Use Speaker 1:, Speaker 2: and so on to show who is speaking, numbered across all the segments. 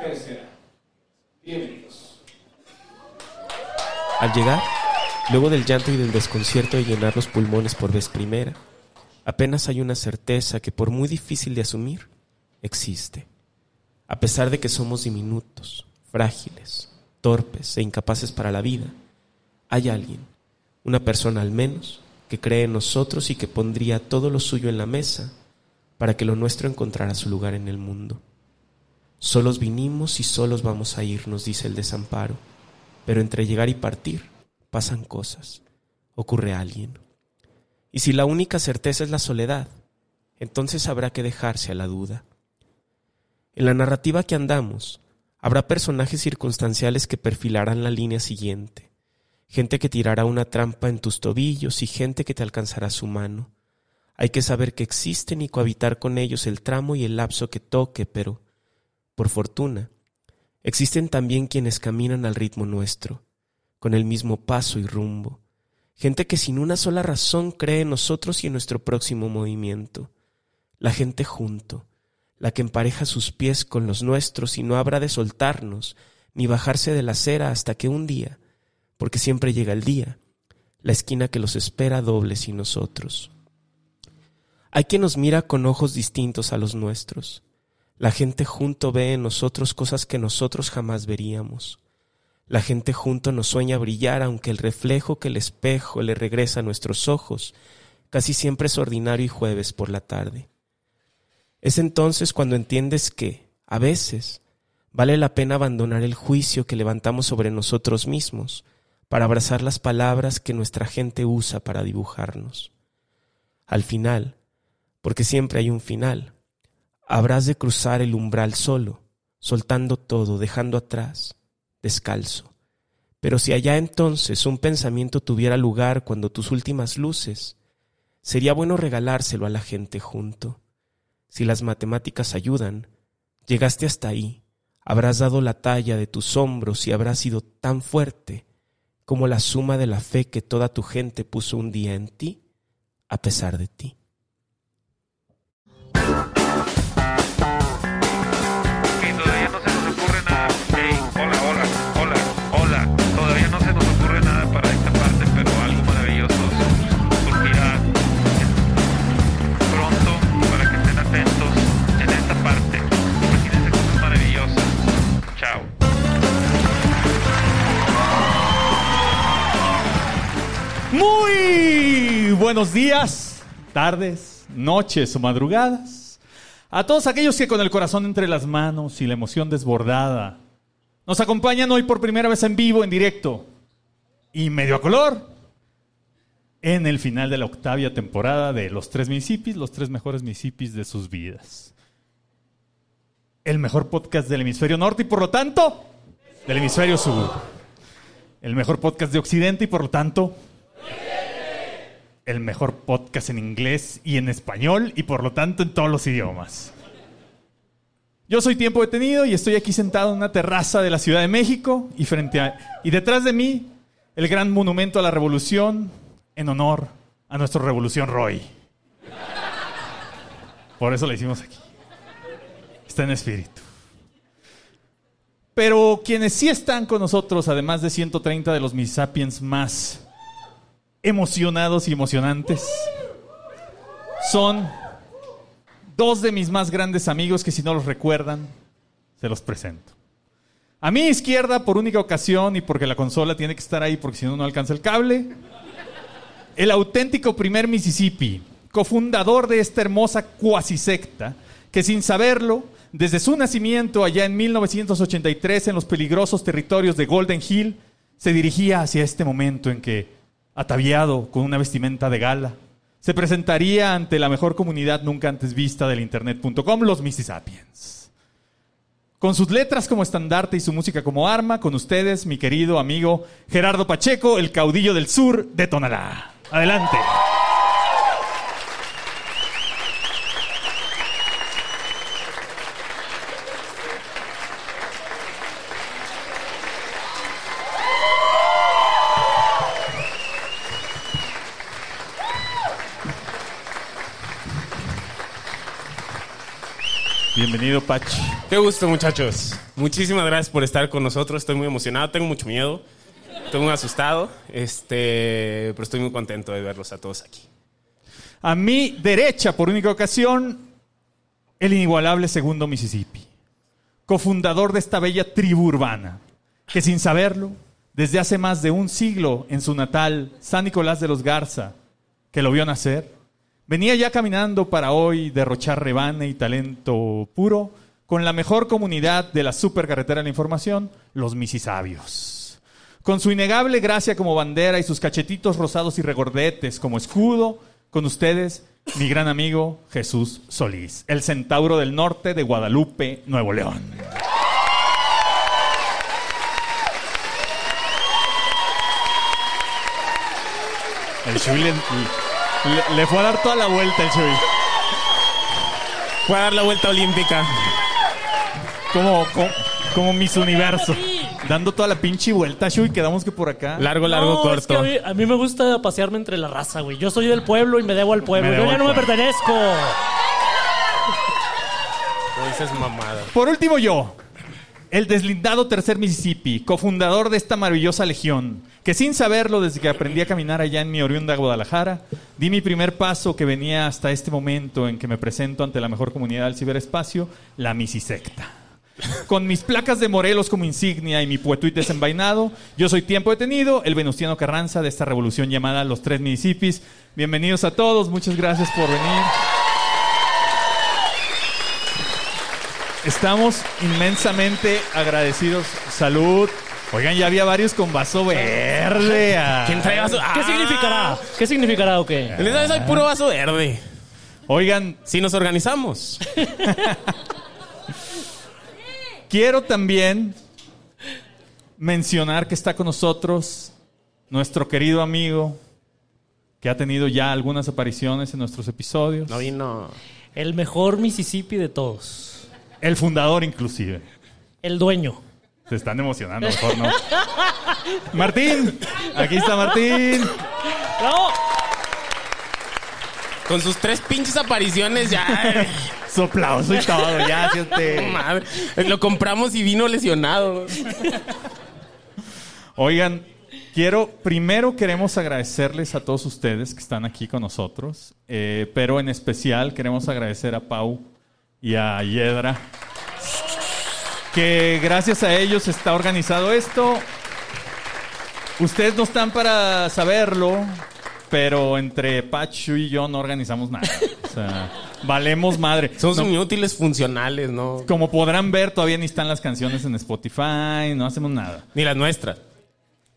Speaker 1: tercera. Bienvenidos.
Speaker 2: Al llegar, luego del llanto y del desconcierto de llenar los pulmones por vez primera, apenas hay una certeza que por muy difícil de asumir, existe. A pesar de que somos diminutos, frágiles, torpes e incapaces para la vida, hay alguien, una persona al menos, que cree en nosotros y que pondría todo lo suyo en la mesa para que lo nuestro encontrara su lugar en el mundo. Solos vinimos y solos vamos a irnos, dice el desamparo, pero entre llegar y partir pasan cosas, ocurre alguien. Y si la única certeza es la soledad, entonces habrá que dejarse a la duda. En la narrativa que andamos, habrá personajes circunstanciales que perfilarán la línea siguiente, gente que tirará una trampa en tus tobillos y gente que te alcanzará su mano. Hay que saber que existen y cohabitar con ellos el tramo y el lapso que toque, pero, por fortuna, existen también quienes caminan al ritmo nuestro, con el mismo paso y rumbo, gente que sin una sola razón cree en nosotros y en nuestro próximo movimiento, la gente junto, la que empareja sus pies con los nuestros y no habrá de soltarnos ni bajarse de la acera hasta que un día, porque siempre llega el día, la esquina que los espera doble sin nosotros. Hay quien nos mira con ojos distintos a los nuestros. La gente junto ve en nosotros cosas que nosotros jamás veríamos. La gente junto nos sueña brillar aunque el reflejo que el espejo le regresa a nuestros ojos casi siempre es ordinario y jueves por la tarde. Es entonces cuando entiendes que, a veces, vale la pena abandonar el juicio que levantamos sobre nosotros mismos para abrazar las palabras que nuestra gente usa para dibujarnos. Al final, porque siempre hay un final, habrás de cruzar el umbral solo, soltando todo, dejando atrás, descalzo. Pero si allá entonces un pensamiento tuviera lugar cuando tus últimas luces, sería bueno regalárselo a la gente junto si las matemáticas ayudan, llegaste hasta ahí, habrás dado la talla de tus hombros y habrás sido tan fuerte como la suma de la fe que toda tu gente puso un día en ti, a pesar de ti.
Speaker 3: Y todavía no se nos ocurre nada. Ey, hola, hola, hola, hola. Todavía no se nos ocurre nada para esta parte, pero algo maravilloso surgirá pronto para que estén atentos en esta parte. Imagínense cosas maravillosas. Chao.
Speaker 4: Muy buenos días, tardes, noches o madrugadas. A todos aquellos que con el corazón entre las manos y la emoción desbordada nos acompañan hoy por primera vez en vivo, en directo y medio a color en el final de la octavia temporada de Los Tres Municipios, los tres mejores municipios de sus vidas. El mejor podcast del hemisferio norte y por lo tanto del hemisferio sur. El mejor podcast de occidente y por lo tanto el mejor podcast en inglés y en español y por lo tanto en todos los idiomas. Yo soy Tiempo Detenido y estoy aquí sentado en una terraza de la Ciudad de México y, frente a- y detrás de mí el gran monumento a la revolución en honor a nuestro revolución Roy. Por eso la hicimos aquí. Está en espíritu. Pero quienes sí están con nosotros, además de 130 de los Misapiens más emocionados y emocionantes. Son dos de mis más grandes amigos que si no los recuerdan, se los presento. A mi izquierda, por única ocasión y porque la consola tiene que estar ahí porque si no, no alcanza el cable, el auténtico primer Mississippi, cofundador de esta hermosa cuasisecta, que sin saberlo, desde su nacimiento allá en 1983 en los peligrosos territorios de Golden Hill, se dirigía hacia este momento en que, ataviado con una vestimenta de gala, se presentaría ante la mejor comunidad nunca antes vista del internet.com, los Mississippians. Con sus letras como estandarte y su música como arma, con ustedes, mi querido amigo Gerardo Pacheco, el caudillo del sur de Tonalá. Adelante. Bienvenido, Pachi.
Speaker 2: Qué gusto, muchachos. Muchísimas gracias por estar con nosotros. Estoy muy emocionado, tengo mucho miedo, estoy muy asustado, este, pero estoy muy contento de verlos a todos aquí.
Speaker 4: A mi derecha, por única ocasión, el inigualable segundo Mississippi, cofundador de esta bella tribu urbana, que sin saberlo, desde hace más de un siglo en su natal San Nicolás de los Garza, que lo vio nacer, venía ya caminando para hoy derrochar rebane y talento puro con la mejor comunidad de la supercarretera de la información, los Mississabios. Con su innegable gracia como bandera y sus cachetitos rosados y regordetes como escudo, con ustedes, mi gran amigo Jesús Solís, el centauro del norte de Guadalupe, Nuevo León. El Chuy le, le- le fue a dar toda la vuelta el Chuy.
Speaker 2: Voy a dar la vuelta olímpica.
Speaker 4: Como, como, como mis universo. Dando toda la pinche vuelta, Chuy. Quedamos que por acá.
Speaker 2: Largo, largo,
Speaker 5: No, es que
Speaker 2: corto.
Speaker 5: a, mí, a mí me gusta pasearme entre la raza, güey. Yo soy del pueblo y me debo al pueblo.
Speaker 4: Me debo
Speaker 5: Yo ya
Speaker 4: al
Speaker 5: no me
Speaker 4: pueblo.
Speaker 5: pertenezco.
Speaker 2: No dices mamada.
Speaker 4: Por último, yo. El deslindado tercer Mississippi, cofundador de esta maravillosa legión, que sin saberlo desde que aprendí a caminar allá en mi oriunda Guadalajara, di mi primer paso que venía hasta este momento en que me presento ante la mejor comunidad del ciberespacio, la Missisecta. Con mis placas de Morelos como insignia y mi puetuit desenvainado, yo soy tiempo detenido, el venustiano Carranza de esta revolución llamada Los Tres Municipios. Bienvenidos a todos, muchas gracias por venir. Estamos inmensamente agradecidos. Salud. Oigan, ya había varios con vaso verde. ah.
Speaker 2: ¿Quién trae vaso?
Speaker 5: ¿Qué
Speaker 2: ¡Ah!
Speaker 5: significará? ¿Qué significará o qué?
Speaker 2: En esta vez hay puro vaso verde.
Speaker 4: Oigan,
Speaker 2: Si nos organizamos.
Speaker 4: quiero también mencionar que está con nosotros nuestro querido amigo que ha tenido ya algunas apariciones en nuestros episodios.
Speaker 2: No vino.
Speaker 5: El mejor Mississippi de todos.
Speaker 4: El fundador inclusive.
Speaker 5: El dueño.
Speaker 4: Se están emocionando, mejor no. Martín, aquí está Martín.
Speaker 5: ¡Bravo!
Speaker 2: Con sus tres pinches apariciones ya.
Speaker 4: Su aplauso y todo, ya,
Speaker 2: eh,
Speaker 4: siente.
Speaker 2: madre. Lo compramos y vino lesionado.
Speaker 4: Oigan, quiero, primero queremos agradecerles a todos ustedes que están aquí con nosotros, eh, pero en especial queremos agradecer a Pau y a Yedra, que gracias a ellos está organizado esto. Ustedes no están para saberlo, pero entre Pachu y yo no organizamos nada. O sea, valemos madre.
Speaker 2: Somos
Speaker 4: No-
Speaker 2: inútiles funcionales, ¿no?
Speaker 4: como podrán ver, todavía ni están las canciones en Spotify, no hacemos nada.
Speaker 2: Ni las nuestras.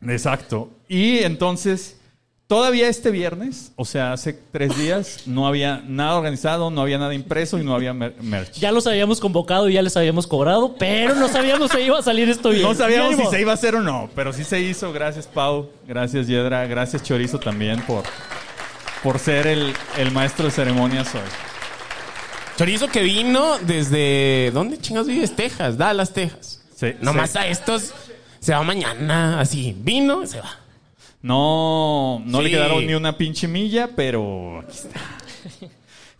Speaker 4: Exacto. Y entonces, todavía este viernes, o sea, hace tres días, no había nada organizado, no había nada impreso y no había mer- merch.
Speaker 5: Ya los habíamos convocado y ya les habíamos cobrado, pero no sabíamos si iba a salir esto bien.
Speaker 4: No sabíamos
Speaker 5: Ni
Speaker 4: si
Speaker 5: ánimo.
Speaker 4: se iba a hacer o no, pero sí se hizo. Gracias, Pau. Gracias, Yedra. Gracias, Chorizo, también por, por ser el, el maestro de ceremonias hoy.
Speaker 2: Chorizo que vino desde. ¿Dónde chingados vives? Texas, Dallas, Texas.
Speaker 4: Sí,
Speaker 2: Nomás
Speaker 4: sí.
Speaker 2: a estos se va mañana, así. Vino, se va.
Speaker 4: No, no le
Speaker 2: Sí.
Speaker 4: quedaron ni una pinche milla, pero aquí está.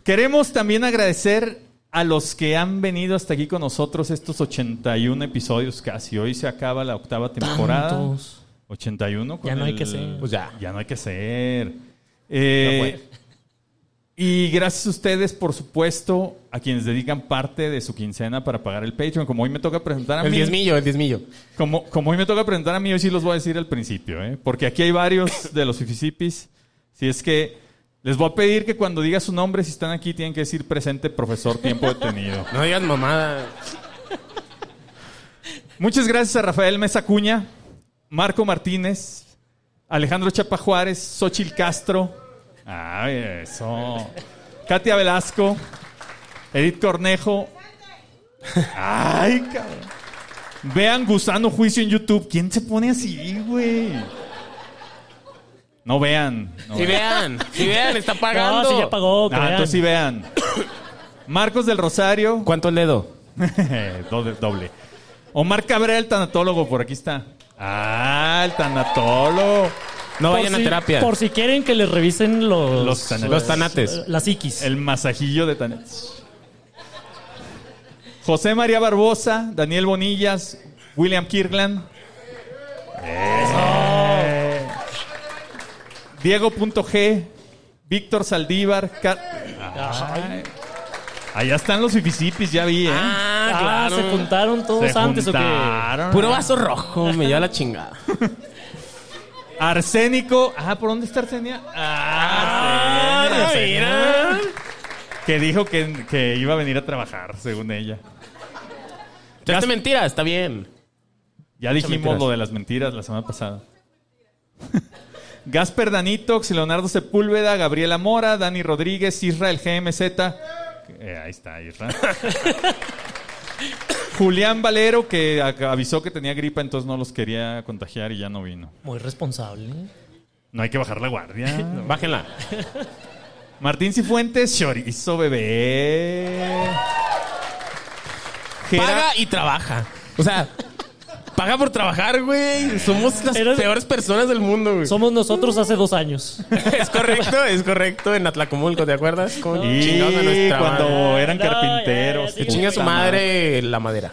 Speaker 4: Queremos también agradecer a los que han venido hasta aquí con nosotros estos 81 episodios casi. Hoy se acaba la octava temporada.
Speaker 5: Tantos.
Speaker 4: 81. con
Speaker 5: Ya no hay
Speaker 4: el-
Speaker 5: que ser.
Speaker 2: Pues ya.
Speaker 4: Ya no hay que ser. Eh,
Speaker 2: Ya
Speaker 4: y gracias a ustedes, por supuesto, a quienes dedican parte de su quincena para pagar el Patreon. Como hoy me toca presentar a
Speaker 2: El
Speaker 4: mí.
Speaker 2: diezmillo, el diezmillo.
Speaker 4: Como, como hoy me toca presentar a mí, hoy sí los voy a decir al principio, ¿eh? porque aquí hay varios de los fifisipis. Si es que les voy a pedir que cuando diga su nombre, si están aquí, tienen que decir presente, profesor, tiempo detenido.
Speaker 2: No digas mamada.
Speaker 4: Muchas gracias a Rafael Mesa Cuña, Marco Martínez, Alejandro Chapa Juárez, Xochil Castro. Ah, eso. Katia Velasco, Edith Cornejo. Ay, cabrón. Vean Gusano Juicio en YouTube. ¿Quién se pone así, güey? No vean. No
Speaker 2: Si
Speaker 4: vean.
Speaker 2: vean, si vean, está pagando.
Speaker 5: No, si ya pagó,
Speaker 4: Ah,
Speaker 5: crean.
Speaker 4: entonces sí vean. Marcos del Rosario.
Speaker 2: ¿Cuánto le do?
Speaker 4: doble, doble. Omar Cabrera, el tanatólogo, por aquí está. Ah, el tanatólogo.
Speaker 2: No
Speaker 5: Por
Speaker 2: vayan a
Speaker 5: si-
Speaker 2: terapia.
Speaker 5: Por si quieren que les revisen los... Eh,
Speaker 4: Los tanates.
Speaker 5: Pues-
Speaker 2: Los tanates.
Speaker 5: Las psiquis.
Speaker 4: El masajillo de tanates. José María Barbosa, Daniel Bonillas, William Kirkland. Eh. Diego.g, Víctor Saldívar. Car- Ay. Allá están los fifisipis, ya vi, ¿eh?
Speaker 5: Ah, se juntaron todos
Speaker 4: Se
Speaker 5: antes o
Speaker 4: juntaron.
Speaker 6: Puro vaso rojo, me lleva la chingada.
Speaker 4: Arsénico. Ah, ¿por dónde está Arsenia? Ah, Arsenia, Arsenia. Que dijo que, que iba a venir a trabajar, según ella.
Speaker 6: Ya es mentira, está bien.
Speaker 4: Ya dijimos
Speaker 6: mentiras.
Speaker 4: lo de las mentiras la semana pasada. Gasper Danitox, Leonardo Sepúlveda, Gabriela Mora, Dani Rodríguez, Israel GMZ. Eh, ahí está, Israel. Julián Valero, que a- avisó que tenía gripa, entonces no los quería contagiar y ya no vino.
Speaker 5: qué. Muy responsable.
Speaker 4: No hay que bajar la guardia.
Speaker 6: Bájenla.
Speaker 4: Martín Cifuentes, chorizo bebé. Gera-
Speaker 6: Paga y trabaja. O sea, paga por trabajar, güey. Somos las
Speaker 5: Eres-
Speaker 6: peores personas del mundo, güey.
Speaker 5: Somos nosotros hace dos años.
Speaker 6: Es correcto, es correcto. En Atlacomulco, ¿te acuerdas? Con chingados a
Speaker 4: Y
Speaker 6: nuestra madre.
Speaker 4: cuando eran
Speaker 5: No, ya, ya,
Speaker 4: carpinteros.
Speaker 5: ya,
Speaker 6: Que chingue a su madre la madera.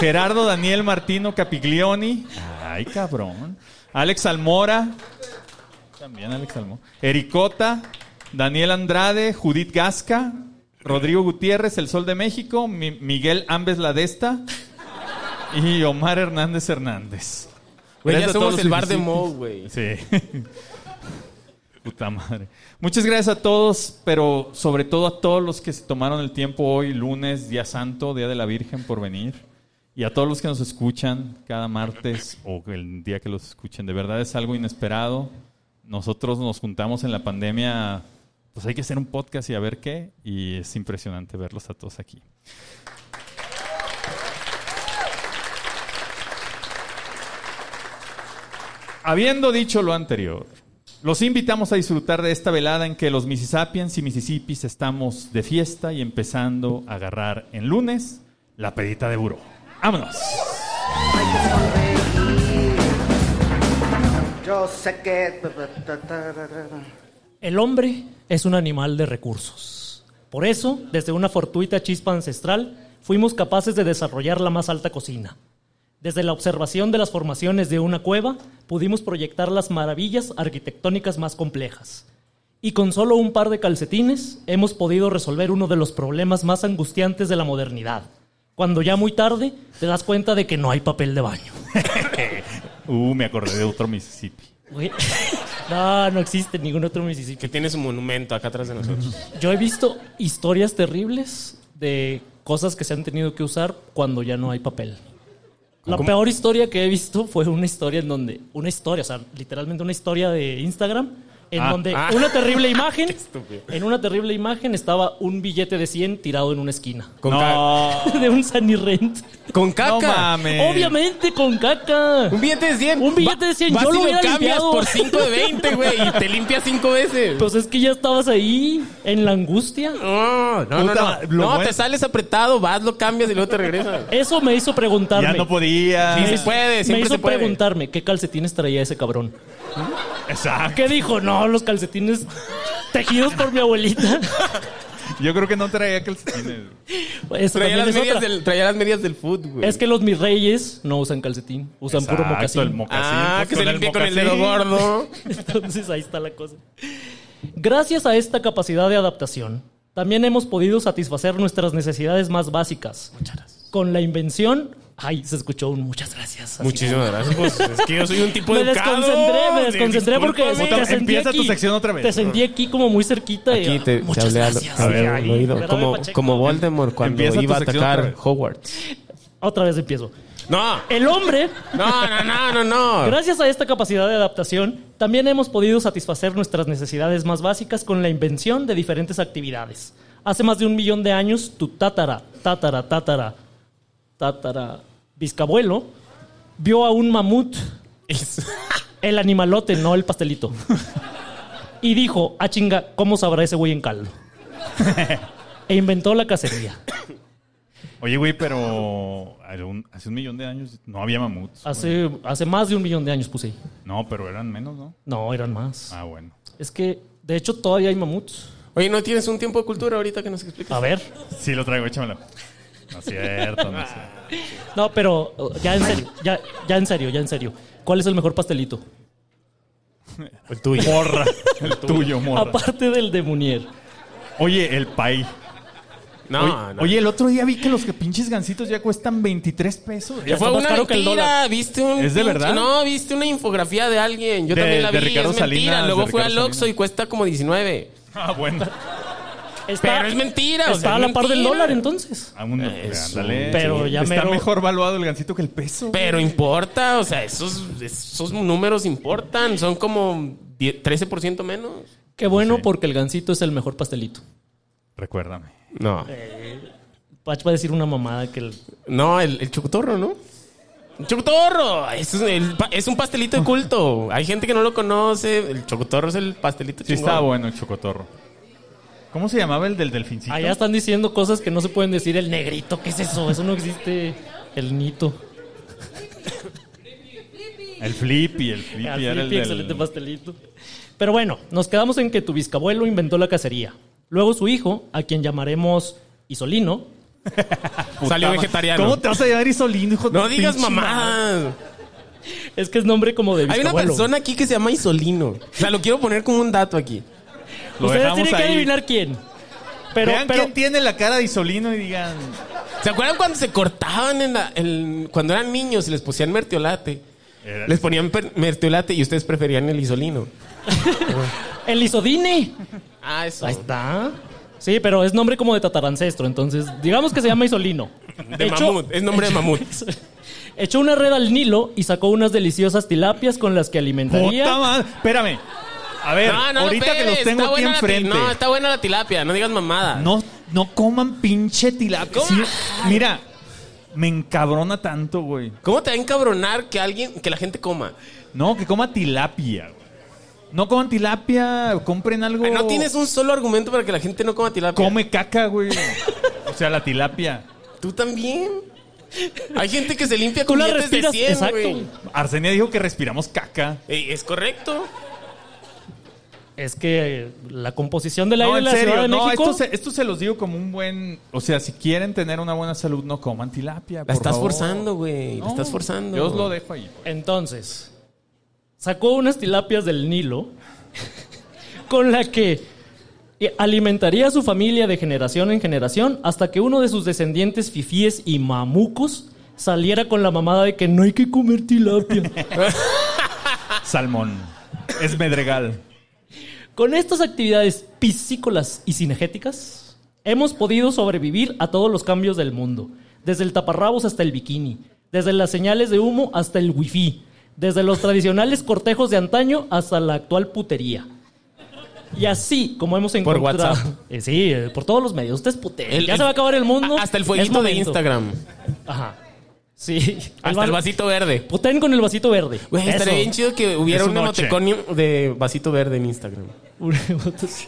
Speaker 4: Gerardo Daniel Martino Capiglioni. Ay, cabrón. Alex Almora. También Alex Almora. Ericota. Daniel Andrade. Judith Gasca. Rodrigo Gutiérrez, El Sol de México. Mi- Miguel Ambes Ladesta. Y Omar Hernández Hernández.
Speaker 6: Güey, ya
Speaker 4: Gracias a todos
Speaker 6: somos
Speaker 4: los
Speaker 6: el bar de
Speaker 4: visitantes.
Speaker 6: Mo, güey.
Speaker 4: Sí. Puta madre. Muchas gracias a todos, pero sobre todo a todos los que se tomaron el tiempo hoy, lunes, Día Santo, Día de la Virgen, por venir. Y a todos los que nos escuchan cada martes o el día que los escuchen. De verdad es algo inesperado. Nosotros nos juntamos en la pandemia, pues hay que hacer un podcast y a ver qué. Y es impresionante verlos a todos aquí. Habiendo dicho lo anterior, los invitamos a disfrutar de esta velada en que los Mississippians y Mississippis estamos de fiesta y empezando a agarrar en lunes la pedita de buró. ¡Vámonos!
Speaker 7: Yo sé que...
Speaker 5: El hombre es un animal de recursos. Por eso, desde una fortuita chispa ancestral, fuimos capaces de desarrollar la más alta cocina. Desde la observación de las formaciones de una cueva, pudimos proyectar las maravillas arquitectónicas más complejas. Y con solo un par de calcetines, hemos podido resolver uno de los problemas más angustiantes de la modernidad. Cuando ya muy tarde, te das cuenta de que no hay papel de baño.
Speaker 4: Uh, me acordé de otro Mississippi.
Speaker 5: Güey, No, no existe ningún otro Mississippi.
Speaker 6: Que tiene su monumento acá atrás de nosotros.
Speaker 5: Yo he visto historias terribles de cosas que se han tenido que usar cuando ya no hay papel. La
Speaker 6: ¿Cómo?
Speaker 5: peor historia que he visto fue una historia en donde, una historia, o sea, literalmente una historia de Instagram, en
Speaker 4: Ah,
Speaker 5: donde
Speaker 6: ah.
Speaker 5: una terrible imagen,
Speaker 6: Qué estúpido.
Speaker 5: en una terrible imagen estaba un billete de 100 tirado en una esquina.
Speaker 6: Con, ca-
Speaker 4: no,
Speaker 5: De un Sunny Rent.
Speaker 6: con caca.
Speaker 4: no
Speaker 6: Eh.
Speaker 4: mames.
Speaker 5: Obviamente con caca.
Speaker 6: Un billete de 100.
Speaker 5: Un billete de 100,
Speaker 6: Vas
Speaker 5: yo
Speaker 6: y
Speaker 5: lo hubiera
Speaker 6: cambias
Speaker 5: limpiado.
Speaker 6: por 5 de 20, güey. Y te limpias 5 veces.
Speaker 5: Pues es que ya estabas ahí, en la angustia.
Speaker 6: No, no, no,
Speaker 4: Puta,
Speaker 6: no.
Speaker 4: lo
Speaker 6: No,
Speaker 4: bueno-
Speaker 6: te sales apretado, vas, lo cambias y luego te regresas.
Speaker 5: Eso me hizo preguntarme.
Speaker 4: Ya no podía.
Speaker 6: Sí, pues. se puede,
Speaker 5: me
Speaker 6: siempre
Speaker 5: hizo
Speaker 6: se puede.
Speaker 5: preguntarme qué calcetines traía ese cabrón.
Speaker 4: Exacto.
Speaker 5: ¿Qué dijo? No, los calcetines tejidos por mi abuelita.
Speaker 4: Yo creo que no traía calcetines.
Speaker 5: Eso
Speaker 6: Traía
Speaker 5: también
Speaker 6: las,
Speaker 5: es
Speaker 6: medias
Speaker 5: otra.
Speaker 6: del, traía las medias del food, güey.
Speaker 5: Es que los mis reyes no usan calcetín, usan puro
Speaker 4: Exacto, el
Speaker 5: mocasín.
Speaker 4: mocasín.
Speaker 6: Ah,
Speaker 4: Pues
Speaker 6: que se limpie con el dedo
Speaker 4: mocasín.
Speaker 6: gordo.
Speaker 5: Entonces ahí está la cosa. Gracias a esta capacidad de adaptación, también hemos podido satisfacer nuestras necesidades más básicas. Muchas gracias. Con la invención, ay, se escuchó un muchas gracias. así.
Speaker 6: Muchísimas gracias. Pues, es que yo soy un tipo
Speaker 5: Me
Speaker 6: educado.
Speaker 5: desconcentré, me
Speaker 6: Sí,
Speaker 5: desconcentré porque
Speaker 6: discúlpame.
Speaker 5: te sentí
Speaker 4: Empieza tu
Speaker 5: aquí.
Speaker 4: sección otra vez.
Speaker 5: Te sentí aquí como muy cerquita. y,
Speaker 6: Aquí
Speaker 5: ah,
Speaker 6: te, te
Speaker 5: muchas
Speaker 6: hablé al-
Speaker 5: gracias.
Speaker 6: al- al
Speaker 4: Ay,
Speaker 6: oído,
Speaker 5: Gerardo
Speaker 6: como,
Speaker 5: Pacheco.
Speaker 6: como Voldemort cuando
Speaker 4: Empieza tu
Speaker 6: iba a
Speaker 4: sección otra
Speaker 6: atacar
Speaker 4: vez.
Speaker 6: Hogwarts.
Speaker 5: Otra vez empiezo.
Speaker 6: No,
Speaker 5: El hombre,
Speaker 6: no, no, no, no, no.
Speaker 5: gracias a esta capacidad de adaptación, también hemos podido satisfacer nuestras necesidades más básicas con la invención de diferentes actividades. Hace más de un millón de años, tu tátara, tátara, tátara, tátara, biscabuelo, vio a un mamut, el animalote, no el pastelito, y dijo, ah chinga, ¿cómo sabrá ese güey en caldo? e inventó la cacería.
Speaker 4: Oye, güey, pero algún- hace un millón de años no había mamuts.
Speaker 5: Hace, hace más de un millón de años puse. ahí.
Speaker 4: No, pero eran menos, ¿no?
Speaker 5: No, eran más.
Speaker 4: Ah, bueno.
Speaker 5: Es que, de hecho, todavía hay mamuts.
Speaker 6: Oye, ¿no tienes un tiempo de cultura ahorita que nos expliques?
Speaker 5: A ver,
Speaker 4: Sí, lo traigo, échamelo. No es cierto, no es cierto.
Speaker 5: No, pero uh, ya en serio, ya, ya en serio, ya en serio. ¿Cuál es el mejor pastelito?
Speaker 6: El tuyo.
Speaker 4: Morra. El tuyo, morra.
Speaker 5: Aparte del de Munier.
Speaker 4: Oye, el pay.
Speaker 6: No,
Speaker 4: oye,
Speaker 6: no.
Speaker 4: oye, el otro día vi que los que pinches gancitos ya cuestan 23 pesos.
Speaker 6: Que
Speaker 5: Ya
Speaker 6: fue
Speaker 5: está más
Speaker 6: una
Speaker 5: caro que el
Speaker 6: mentira,
Speaker 5: dólar.
Speaker 6: viste un
Speaker 4: ¿Es de
Speaker 6: pinche-
Speaker 4: verdad?
Speaker 6: No, viste una infografía de alguien. Yo
Speaker 4: De-
Speaker 6: también la
Speaker 4: de
Speaker 6: vi,
Speaker 4: Ricardo
Speaker 6: es mentira.
Speaker 4: Salinas,
Speaker 6: Luego
Speaker 4: de
Speaker 6: fue al
Speaker 4: Ricardo
Speaker 6: Oxxo
Speaker 4: Salinas.
Speaker 6: y cuesta como 19.
Speaker 4: Ah, bueno.
Speaker 5: Está-
Speaker 6: Pero es mentira, o
Speaker 5: Está
Speaker 6: sea,
Speaker 5: a
Speaker 6: es
Speaker 5: la par del
Speaker 6: mentira.
Speaker 5: dólar entonces.
Speaker 4: A Ah, un-
Speaker 6: Eso.
Speaker 4: ándale,
Speaker 5: Pero ya
Speaker 4: Está
Speaker 5: mero-
Speaker 4: mejor valuado el gancito que el peso.
Speaker 6: Pero importa, o sea, esos, esos números importan. Son como 10 13% menos.
Speaker 5: Qué bueno porque el gansito es el mejor pastelito.
Speaker 4: Recuérdame.
Speaker 6: No.
Speaker 5: Pach va a decir una mamada que el...
Speaker 6: No, el, el chocotorro, ¿no? ¡El chocotorro! Es, un- el pa- es un pastelito de culto. Hay gente que no lo conoce. El chocotorro es el pastelito
Speaker 4: Sí,
Speaker 6: chingón.
Speaker 4: estaba bueno el chocotorro. ¿Cómo se llamaba el del delfincito?
Speaker 5: Allá están diciendo cosas que no se pueden decir. El negrito, ¿qué es eso? Eso no existe. El nito.
Speaker 4: El flippy, el flippy.
Speaker 5: Al
Speaker 4: era el
Speaker 5: Flippy,
Speaker 4: del-
Speaker 5: excelente pastelito. Pero bueno, nos quedamos en que tu bisabuelo inventó la cacería. Luego su hijo, a quien llamaremos Isolino,
Speaker 6: Salió vegetariano.
Speaker 4: ¿Cómo te vas a llevar Isolino, hijo de
Speaker 6: No digas
Speaker 4: pinche madre?
Speaker 6: mamadas.
Speaker 5: es que es nombre como de
Speaker 6: Hay
Speaker 5: bisabuelo.
Speaker 6: una persona aquí que se llama Isolino. O sea, lo quiero poner como un dato aquí.
Speaker 4: Lo
Speaker 5: Ustedes
Speaker 4: dejamos
Speaker 5: tienen que
Speaker 4: ahí.
Speaker 5: adivinar quién. Pero,
Speaker 4: Vean
Speaker 5: pero
Speaker 4: quién tiene la cara de Isolino y digan...
Speaker 6: ¿Se acuerdan cuando se cortaban en la- en- cuando eran niños y les pusían mertiolate?
Speaker 4: Era-
Speaker 6: Les ponían per- mertiolate y ustedes preferían el isolino.
Speaker 5: el Isodine.
Speaker 6: Ah, eso.
Speaker 5: Ahí está. Sí, pero es nombre como de tatarancestro, entonces digamos que se llama Isolino.
Speaker 6: De mamut, es nombre de mamut.
Speaker 5: Echó una red al Nilo y sacó unas deliciosas tilapias con las que alimentaría.
Speaker 4: ¡Puta madre! Espérame. A ver,
Speaker 6: No, no,
Speaker 4: ahorita
Speaker 6: no,
Speaker 4: que los
Speaker 6: pegues,
Speaker 4: tengo aquí
Speaker 6: está buena la ti-
Speaker 4: enfrente.
Speaker 6: No, está buena la tilapia, no digas mamada.
Speaker 4: No, no coman pinche tilapia. Sí, mira, me encabrona tanto, güey.
Speaker 6: ¿Cómo te va a encabronar que alguien, que la gente coma?
Speaker 4: No, que coma tilapia, güey. No coman tilapia, compren algo.
Speaker 6: Ay, no tienes un solo argumento para que la gente no coma tilapia.
Speaker 4: Come caca, güey. O sea, la tilapia.
Speaker 6: Tú también. Hay gente que se limpia
Speaker 5: Tú
Speaker 6: con
Speaker 5: la
Speaker 6: billetes de
Speaker 5: respiras.
Speaker 6: 100,
Speaker 5: Exacto.
Speaker 6: güey.
Speaker 4: Arsenia dijo que respiramos caca.
Speaker 6: Ey, Es correcto.
Speaker 5: Es que eh, la composición del aire
Speaker 4: No,
Speaker 5: de
Speaker 4: en
Speaker 5: la Ciudad
Speaker 4: serio,
Speaker 5: de
Speaker 4: no,
Speaker 5: México.
Speaker 4: esto se, esto se los digo como un buen. O sea, si quieren tener una buena salud, no coman tilapia.
Speaker 6: La
Speaker 4: por
Speaker 6: estás
Speaker 4: favor.
Speaker 6: forzando, güey. La
Speaker 4: No,
Speaker 6: estás forzando.
Speaker 4: Yo os lo dejo ahí.
Speaker 5: Entonces, sacó unas tilapias del Nilo con la que alimentaría a su familia de generación en generación hasta que uno de sus descendientes fifíes y mamucos saliera con la mamada de que no hay que comer tilapia.
Speaker 6: Ah.
Speaker 4: Salmón. Es medregal.
Speaker 5: Con estas actividades piscícolas y cinegéticas, hemos podido sobrevivir a todos los cambios del mundo, desde el taparrabos hasta el bikini, desde las señales de humo hasta el wifi, desde los tradicionales cortejos de antaño hasta la actual putería. Y así como hemos
Speaker 6: Por
Speaker 5: encontrado...
Speaker 6: WhatsApp.
Speaker 5: Eh, sí, eh, por todos los medios. Ustedes puteen.
Speaker 6: El-
Speaker 5: ya se va a acabar el mundo.
Speaker 6: Hasta el
Speaker 5: Es
Speaker 6: fueguito de
Speaker 5: momento.
Speaker 6: Instagram.
Speaker 5: Ajá. Sí.
Speaker 6: Hasta el vasito verde.
Speaker 5: Puteen con el vasito verde.
Speaker 6: Güey,
Speaker 5: Eso.
Speaker 6: estaría bien chido que hubiera
Speaker 4: Es
Speaker 6: un
Speaker 4: un noche.
Speaker 6: emoticón de vasito verde en Instagram.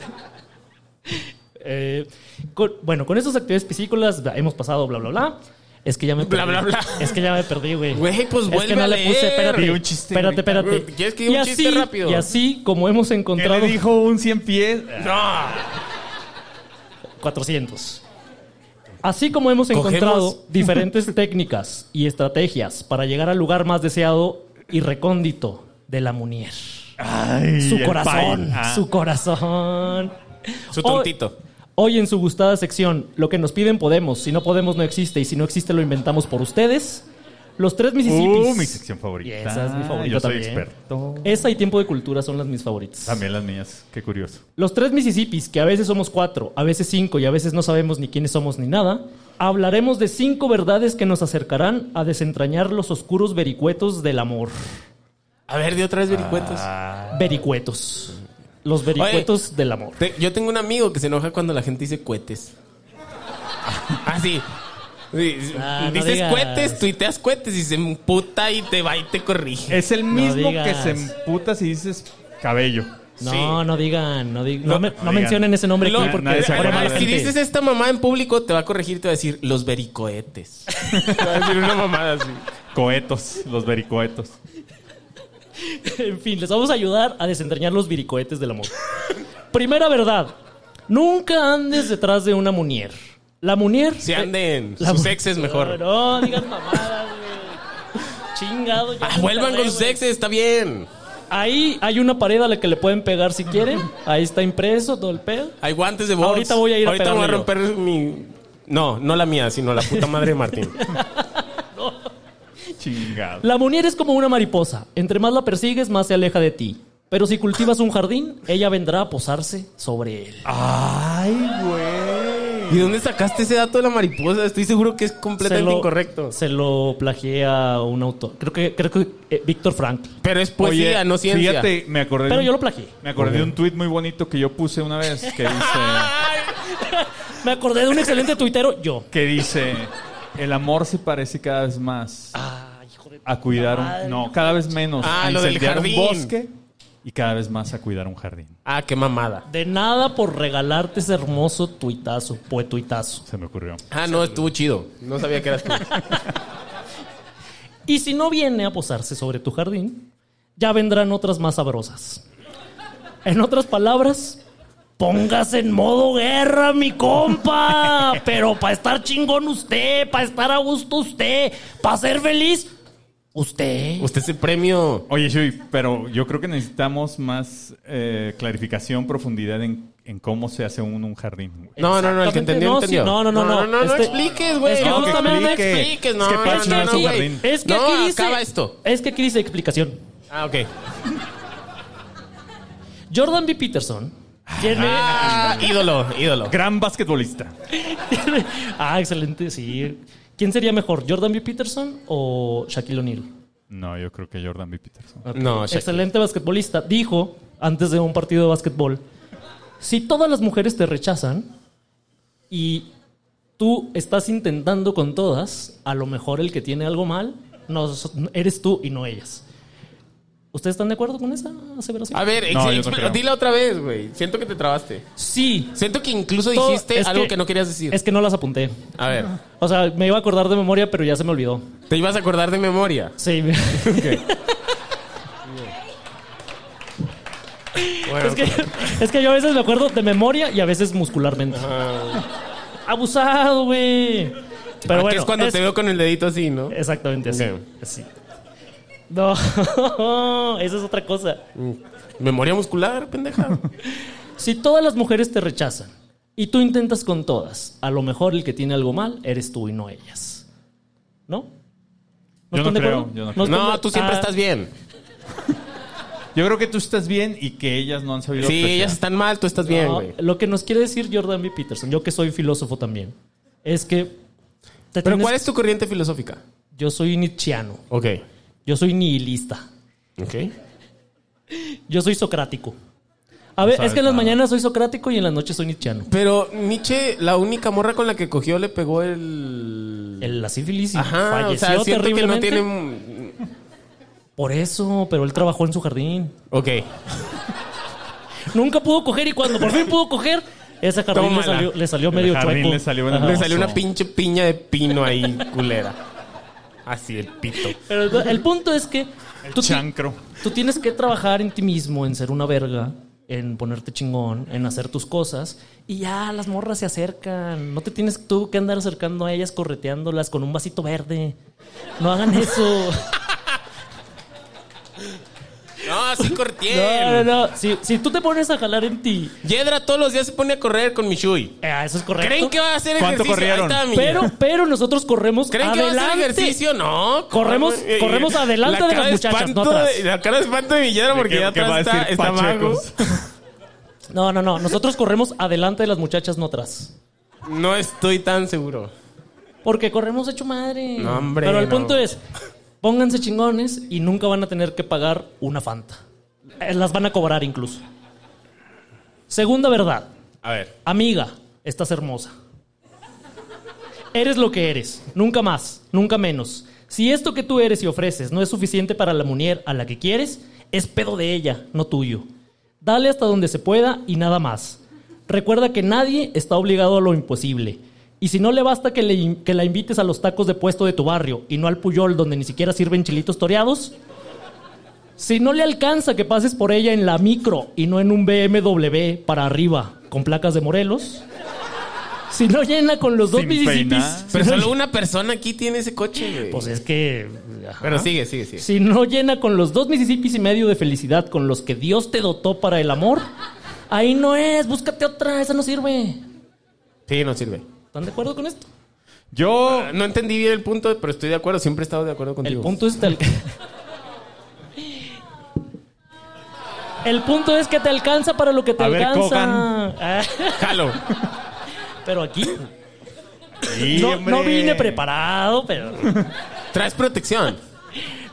Speaker 5: Eh, con- bueno, con estas actividades piscícolas bla, hemos pasado bla bla bla. Es que ya me
Speaker 6: Bla,
Speaker 5: perdí.
Speaker 6: bla, bla.
Speaker 5: Es que ya me perdí, güey.
Speaker 6: Güey, pues,
Speaker 5: es
Speaker 6: vuelve
Speaker 5: que no
Speaker 6: a
Speaker 5: le puse,
Speaker 6: leer.
Speaker 5: espérate.
Speaker 4: Di un chiste
Speaker 5: espérate,
Speaker 4: ahorita.
Speaker 5: espérate.
Speaker 6: Güey, pues, ¿quieres que diga un chiste rápido?
Speaker 5: Y así como hemos
Speaker 4: ¿Qué le
Speaker 5: encontrado
Speaker 4: dijo un 100 pies?
Speaker 5: 400. Así como hemos
Speaker 6: Cogemos.
Speaker 5: encontrado diferentes técnicas y estrategias para llegar al lugar más deseado y recóndito de la Munier.
Speaker 4: Ay,
Speaker 5: Su
Speaker 4: el
Speaker 5: corazón,
Speaker 4: pai. Ah.
Speaker 5: su corazón.
Speaker 6: Su
Speaker 5: Hoy-
Speaker 6: tontito.
Speaker 5: Hoy, en su gustada sección, lo que nos piden Podemos, si no Podemos no existe y si no existe lo inventamos por ustedes. Los tres Mississippis.
Speaker 4: Uh, mi sección favorita.
Speaker 5: Y esa es mi favorita
Speaker 4: Yo soy
Speaker 5: también.
Speaker 4: experto.
Speaker 5: Esa y Tiempo de Cultura son las mis favoritas.
Speaker 4: También las mías. Qué curioso.
Speaker 5: Los tres Mississippis, que a veces somos cuatro, a veces cinco y a veces no sabemos ni quiénes somos ni nada, hablaremos de cinco verdades que nos acercarán a desentrañar los oscuros vericuetos del amor.
Speaker 6: A ver, de otra vez vericuetos.
Speaker 5: Ah. Vericuetos. Los vericuetos del amor.
Speaker 6: Te- yo tengo un amigo que se enoja cuando la gente dice cohetes. Ah, sí. Sí, sí.
Speaker 5: Ah, no
Speaker 6: Dices
Speaker 5: digas.
Speaker 6: cohetes, tuiteas cohetes y se emputa y te va y te corrige.
Speaker 4: Es el mismo que
Speaker 5: digas.
Speaker 4: se emputa si dices cabello.
Speaker 5: No,
Speaker 6: Sí.
Speaker 5: no digan, no, digan, no,
Speaker 4: No,
Speaker 5: me-
Speaker 4: no
Speaker 5: no
Speaker 4: digan.
Speaker 5: mencionen ese nombre
Speaker 6: Lo-
Speaker 5: aquí porque
Speaker 4: nadie
Speaker 5: se
Speaker 4: se
Speaker 5: pone
Speaker 4: acuerda.
Speaker 5: mala
Speaker 6: si
Speaker 5: gente.
Speaker 6: dices esta mamá en público, te va a corregir y te va a decir los vericohetes. Te va a decir una mamada así.
Speaker 4: Cohetos, los vericohetos.
Speaker 5: En fin, les vamos a ayudar a desentrañar los viricohetes del amor. Primera verdad. Nunca andes detrás de una munier. La Munier.
Speaker 6: Se anden,
Speaker 5: Eh, La
Speaker 6: sus
Speaker 5: mu-
Speaker 6: exes mejor.
Speaker 5: No, no digas mamadas, güey. Chingado. ya
Speaker 6: Ah,
Speaker 5: me
Speaker 6: vuelvan
Speaker 5: tardé,
Speaker 6: con sus
Speaker 5: güey.
Speaker 6: exes, está bien.
Speaker 5: Ahí hay una pared a la que le pueden pegar si quieren. Ahí está impreso todo el pedo.
Speaker 6: Hay guantes de box.
Speaker 5: Ahorita voy a ir a
Speaker 6: Ahorita voy a
Speaker 5: pegarle yo.
Speaker 6: romper mi... No, no la mía, sino la puta madre de Martín.
Speaker 4: Chingado.
Speaker 5: La Munier es como una mariposa. Entre más la persigues, más se aleja de ti. Pero si cultivas un jardín, ella vendrá a posarse sobre él.
Speaker 4: Ay, güey.
Speaker 6: ¿Y dónde sacaste ese dato de la mariposa? Estoy seguro que es completamente
Speaker 5: Se lo-
Speaker 6: incorrecto.
Speaker 5: Se lo plagié a un autor. Creo que, creo que eh, Víctor Frank.
Speaker 6: Pero es poesía,
Speaker 4: Oye,
Speaker 6: no ciencia.
Speaker 4: Fíjate, me acordé. de
Speaker 5: Pero
Speaker 4: un-
Speaker 5: yo lo plagié.
Speaker 4: Me acordé de un tuit muy bonito que yo puse una vez que dice
Speaker 5: Me acordé de un excelente tuitero, yo.
Speaker 4: que dice el amor se parece cada vez más
Speaker 5: Ah, hijo de
Speaker 4: a cuidar
Speaker 5: madre.
Speaker 4: un no, cada vez menos
Speaker 6: Ah,
Speaker 4: a
Speaker 6: lo del
Speaker 4: incendiar un
Speaker 6: jardín.
Speaker 4: bosque y cada vez más a cuidar un jardín.
Speaker 6: Ah, qué mamada.
Speaker 5: De nada por regalarte ese hermoso tuitazo, pues, tuitazo.
Speaker 4: Se me ocurrió.
Speaker 6: Ah, no, estuvo chido. No sabía que eras tú.
Speaker 5: Y si no viene a posarse sobre tu jardín, ya vendrán otras más sabrosas. En otras palabras, póngase en modo guerra, mi compa. Pero para estar chingón usted, para estar a gusto usted, para ser feliz usted.
Speaker 6: Usted es el premio.
Speaker 4: Oye, Shui, pero yo creo que necesitamos más eh, clarificación, profundidad en, en cómo se hace un, un jardín.
Speaker 6: No, no, no, el que
Speaker 5: Exactamente,
Speaker 6: entendió,
Speaker 5: no,
Speaker 6: entendió.
Speaker 5: sí, no, no, no,
Speaker 6: No,
Speaker 5: no.
Speaker 6: no, no
Speaker 5: Este-
Speaker 6: expliques, güey.
Speaker 5: Es que
Speaker 6: no, no, no, no
Speaker 4: explique.
Speaker 6: expliques. No,
Speaker 4: Es que
Speaker 6: no,
Speaker 4: Patch
Speaker 6: no,
Speaker 4: no es
Speaker 6: no,
Speaker 4: un
Speaker 6: güey.
Speaker 4: jardín.
Speaker 5: Es que
Speaker 6: No,
Speaker 5: aquí dice,
Speaker 6: acaba esto.
Speaker 5: Es que aquí dice explicación.
Speaker 6: Ah, ok.
Speaker 5: Jordan B. Peterson tiene.
Speaker 6: Ah, ídolo, ídolo.
Speaker 4: Gran basquetbolista.
Speaker 5: ah, excelente, sí. ¿Quién sería mejor, Jordan B. Peterson o Shaquille O'Neal?
Speaker 4: No, yo creo que Jordan B. Peterson.
Speaker 6: No, Shaquille.
Speaker 5: Excelente basquetbolista. Dijo, antes de un partido de basquetbol, si todas las mujeres te rechazan y tú estás intentando con todas, a lo mejor el que tiene algo mal no, eres tú y no ellas. ¿Ustedes están de acuerdo con esa aseveración?
Speaker 6: A ver, ex-
Speaker 4: No, yo no
Speaker 6: expl-
Speaker 4: creo.
Speaker 6: dila otra vez, güey. Siento que te trabaste.
Speaker 5: sí.
Speaker 6: Siento que incluso
Speaker 5: Todo-
Speaker 6: dijiste
Speaker 5: es
Speaker 6: algo que, no querías decir.
Speaker 5: Es que no las apunté.
Speaker 6: A ver,
Speaker 5: O sea, me iba a acordar de memoria, pero ya se me olvidó.
Speaker 6: te ibas a acordar de memoria.
Speaker 5: Sí.
Speaker 6: Bueno,
Speaker 5: Es que, es que yo a veces me acuerdo de memoria y a veces muscularmente. Abusado, güey.
Speaker 6: ah,
Speaker 5: Pero
Speaker 6: que
Speaker 5: bueno.
Speaker 6: es cuando
Speaker 5: es-
Speaker 6: te veo con el dedito así, ¿no?
Speaker 5: Exactamente así.
Speaker 6: Ok.
Speaker 5: Así. No, esa es otra cosa.
Speaker 6: Memoria muscular, pendeja.
Speaker 5: Si todas las mujeres te rechazan y tú intentas con todas, a lo mejor el que tiene algo mal eres tú y no ellas. ¿No?
Speaker 4: Yo no
Speaker 5: están de
Speaker 4: creo,
Speaker 5: acuerdo?
Speaker 4: yo no
Speaker 5: están
Speaker 6: No,
Speaker 5: de-
Speaker 6: tú siempre
Speaker 5: Ah,
Speaker 6: estás bien.
Speaker 4: Yo creo que tú estás bien y que ellas no han sabido.
Speaker 6: Sí,
Speaker 4: apreciar.
Speaker 6: ellas están mal, tú estás bien,
Speaker 5: No,
Speaker 6: güey.
Speaker 5: lo que nos quiere decir Jordan B. Peterson, yo que soy filósofo también, es que.
Speaker 6: Pero
Speaker 5: te tienes-
Speaker 6: ¿cuál es tu corriente filosófica?
Speaker 5: Yo soy nietzscheano,
Speaker 6: Ok.
Speaker 5: yo soy nihilista,
Speaker 6: Ok.
Speaker 5: yo soy socrático. A ver, es que en las mañanas soy socrático y en las noches soy nietzscheano.
Speaker 6: Pero Nietzsche, la única morra con la que cogió le pegó el...
Speaker 5: El- La sífilis y
Speaker 6: Ajá, o
Speaker 5: falleció
Speaker 6: sea, siento que no
Speaker 5: terriblemente.
Speaker 6: tiene...
Speaker 5: Por eso, pero él trabajó en su jardín.
Speaker 6: Ok.
Speaker 5: Nunca pudo coger y cuando por fin pudo coger, ese jardín le
Speaker 6: Tómala.
Speaker 5: salió, le salió
Speaker 4: El
Speaker 5: medio
Speaker 4: jardín
Speaker 5: chueco.
Speaker 4: le salió en el-
Speaker 5: Ajá.
Speaker 6: Le salió una pinche piña de pino ahí, culera. Así, el pito.
Speaker 5: Pero el punto es que
Speaker 4: El
Speaker 5: tú, ti-
Speaker 4: chancro.
Speaker 5: Tú tienes que trabajar en ti mismo, en ser una verga, en ponerte chingón, en hacer tus cosas y ya las morras se acercan. No te tienes tú que andar acercando a ellas correteándolas con un vasito verde. No hagan eso.
Speaker 6: No, así cortié.
Speaker 5: No, no, no. Si, si tú te pones a jalar en ti,
Speaker 6: Yedra todos los días se pone a correr con Mishui.
Speaker 5: eh, eso es correcto.
Speaker 6: ¿Creen que va a hacer
Speaker 4: ¿Cuánto
Speaker 6: ejercicio?
Speaker 4: corrieron?
Speaker 6: Ahí está, mi-
Speaker 5: pero, pero nosotros corremos
Speaker 6: ¿Creen
Speaker 5: adelante.
Speaker 6: que va a hacer ejercicio? No.
Speaker 5: Corremos-
Speaker 6: Eh, eh,
Speaker 5: corremos adelante de
Speaker 6: cara
Speaker 5: las muchachas,
Speaker 6: espanto
Speaker 5: no atrás.
Speaker 6: de- la cara de espanto de Villera porque
Speaker 4: ¿Qué-
Speaker 6: ya
Speaker 4: qué va a
Speaker 6: atrás está,
Speaker 4: decir
Speaker 6: está Mago.
Speaker 4: Pachecos?
Speaker 5: No, no, no. Nosotros corremos adelante de las muchachas, no atrás.
Speaker 6: No estoy tan seguro.
Speaker 5: Porque corremos hecho madre.
Speaker 6: No, hombre,
Speaker 5: Pero el
Speaker 6: no.
Speaker 5: punto es, pónganse chingones y nunca van a tener que pagar una Fanta. Eh, Las van a cobrar incluso. Segunda verdad.
Speaker 6: A ver.
Speaker 5: Amiga, estás hermosa. Eres lo que eres. Nunca más, nunca menos. Si esto que tú eres y ofreces no es suficiente para la mujer a la que quieres, es pedo de ella, no tuyo. Dale hasta donde se pueda y nada más. Recuerda que nadie está obligado a lo imposible. Y si no le basta que, le- que la invites a los tacos de puesto de tu barrio y no al Puyol donde ni siquiera sirven chilitos toreados, si no le alcanza que pases por ella en la micro y no en un BMW para arriba con placas de Morelos, Si no llena con los dos
Speaker 4: Sin
Speaker 5: Mississippis.
Speaker 4: peinar.
Speaker 5: si
Speaker 6: Pero
Speaker 5: no
Speaker 6: solo
Speaker 5: lle-
Speaker 6: una persona aquí tiene ese coche, güey.
Speaker 5: Pues es que. ajá.
Speaker 6: Pero sigue, sigue, sigue.
Speaker 5: Si no llena con los dos Mississippis y medio de felicidad con los que Dios te dotó para el amor, ahí no es, búscate otra, esa no sirve.
Speaker 6: Sí, no sirve.
Speaker 5: ¿Están de acuerdo con esto?
Speaker 4: Yo,
Speaker 6: No entendí bien el punto, pero estoy de acuerdo. Siempre he estado de acuerdo contigo.
Speaker 5: El punto es tal- El punto es que te alcanza para lo que te
Speaker 4: A ver,
Speaker 5: alcanza.
Speaker 4: Kogan.
Speaker 5: Ah,
Speaker 6: Jalo.
Speaker 5: pero aquí
Speaker 4: Sí,
Speaker 5: no,
Speaker 4: hombre.
Speaker 5: no vine preparado, pero
Speaker 6: Traes protección.